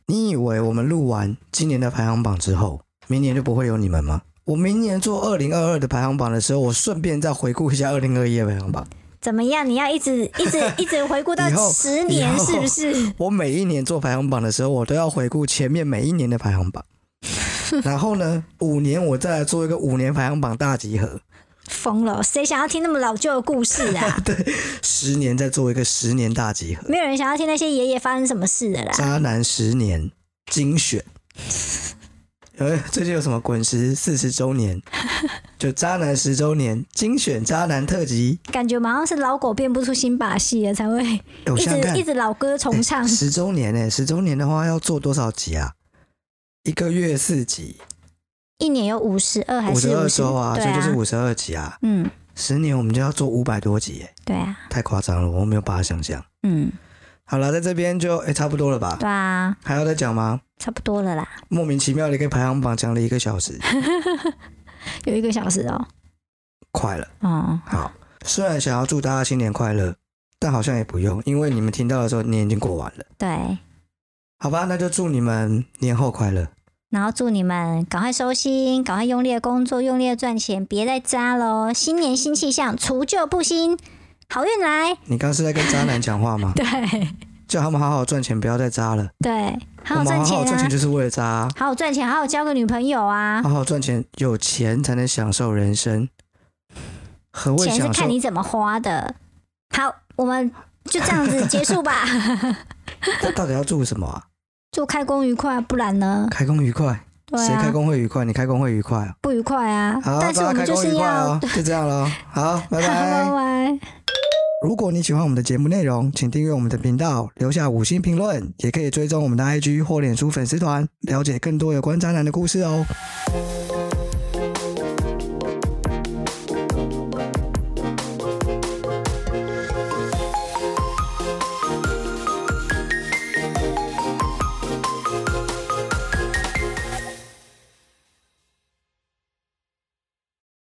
[SPEAKER 1] 你以为我们录完今年的排行榜之后，明年就不会有你们吗？我明年做二零二二的排行榜的时候，我顺便再回顾一下二零二一的排行榜。
[SPEAKER 2] 怎么样？你要一直一直一直回顾到
[SPEAKER 1] 以后
[SPEAKER 2] 十年
[SPEAKER 1] 以，后
[SPEAKER 2] 是不是？
[SPEAKER 1] 我每一年做排行榜的时候，我都要回顾前面每一年的排 行榜，然后呢，五年我再来做一个五年排行榜大集合，
[SPEAKER 2] 疯了，谁想要听那么老旧的故事 啊？
[SPEAKER 1] 十年再做一个十年大集合，
[SPEAKER 2] 没有人想要听那些爷爷发生什么事的啦。
[SPEAKER 1] 渣男十年精选。呃，最近有什么滚石四十周年，就渣男十周年精选渣男特辑。
[SPEAKER 2] 感觉马上是老狗变不出新把戏了，才会
[SPEAKER 1] 哎我
[SPEAKER 2] 一
[SPEAKER 1] 想想
[SPEAKER 2] 直
[SPEAKER 1] 看哎
[SPEAKER 2] 一，直老歌重唱。
[SPEAKER 1] 十周年呢、十周年的话要做多少集啊？一个月四集，
[SPEAKER 2] 一年有五十二还
[SPEAKER 1] 五
[SPEAKER 2] 是
[SPEAKER 1] 十二
[SPEAKER 2] 50
[SPEAKER 1] 周啊，
[SPEAKER 2] 对
[SPEAKER 1] 所以
[SPEAKER 2] 啊，
[SPEAKER 1] 就是五十二集啊。
[SPEAKER 2] 嗯，
[SPEAKER 1] 十年我们就要做五百多集、耶，
[SPEAKER 2] 对啊，
[SPEAKER 1] 太夸张了，我没有办法想象。
[SPEAKER 2] 嗯，
[SPEAKER 1] 好了，在这边就哎、差不多了吧？
[SPEAKER 2] 对啊，
[SPEAKER 1] 还要再讲吗？
[SPEAKER 2] 差不多了啦，
[SPEAKER 1] 莫名其妙的一个排行榜讲了一个小时，
[SPEAKER 2] 有一个小时哦。
[SPEAKER 1] 快了。
[SPEAKER 2] 哦，
[SPEAKER 1] 好，虽然想要祝大家新年快乐，但好像也不用，因为你们听到的时候年已经过完了。
[SPEAKER 2] 对，
[SPEAKER 1] 好吧，那就祝你们年后快乐。
[SPEAKER 2] 然后祝你们赶快收心，赶快用力的工作，用力的赚钱，别再渣喽！新年新气象，除旧布新，好运来。？
[SPEAKER 1] 你刚是在跟渣男讲话吗
[SPEAKER 2] 对
[SPEAKER 1] 叫他们好好赚钱，不要再渣了。
[SPEAKER 2] 对，
[SPEAKER 1] 我
[SPEAKER 2] 好好
[SPEAKER 1] 们
[SPEAKER 2] 赚
[SPEAKER 1] 好
[SPEAKER 2] 钱
[SPEAKER 1] 好赚钱
[SPEAKER 2] 啊，
[SPEAKER 1] 就是为了渣啊、
[SPEAKER 2] 好好赚钱，好好交个女朋友啊
[SPEAKER 1] 好。好赚钱，有钱才能享受人生。何谓
[SPEAKER 2] 钱是
[SPEAKER 1] 享
[SPEAKER 2] 看
[SPEAKER 1] 受？
[SPEAKER 2] 你怎么花的。好，我们就这样子结 束吧。
[SPEAKER 1] 那到底要祝什么啊？
[SPEAKER 2] 祝开工愉快，不然呢？
[SPEAKER 1] 开工愉快。
[SPEAKER 2] 对
[SPEAKER 1] 谁开
[SPEAKER 2] 啊，
[SPEAKER 1] 工会愉快？你开工会愉快啊？
[SPEAKER 2] 不愉快啊。
[SPEAKER 1] 好，
[SPEAKER 2] 但是我
[SPEAKER 1] 大家
[SPEAKER 2] 们
[SPEAKER 1] 开
[SPEAKER 2] 就
[SPEAKER 1] 工
[SPEAKER 2] 是
[SPEAKER 1] 愉快
[SPEAKER 2] 要
[SPEAKER 1] 哦，就这样喽。好， 拜
[SPEAKER 2] 拜
[SPEAKER 1] 拜。
[SPEAKER 2] 拜。
[SPEAKER 1] 如果你喜欢我们的节目内容，请订阅我们的频道，留下五星评论，也可以追踪我们的 IG 或脸书粉丝团，了解更多有关渣男的故事哦。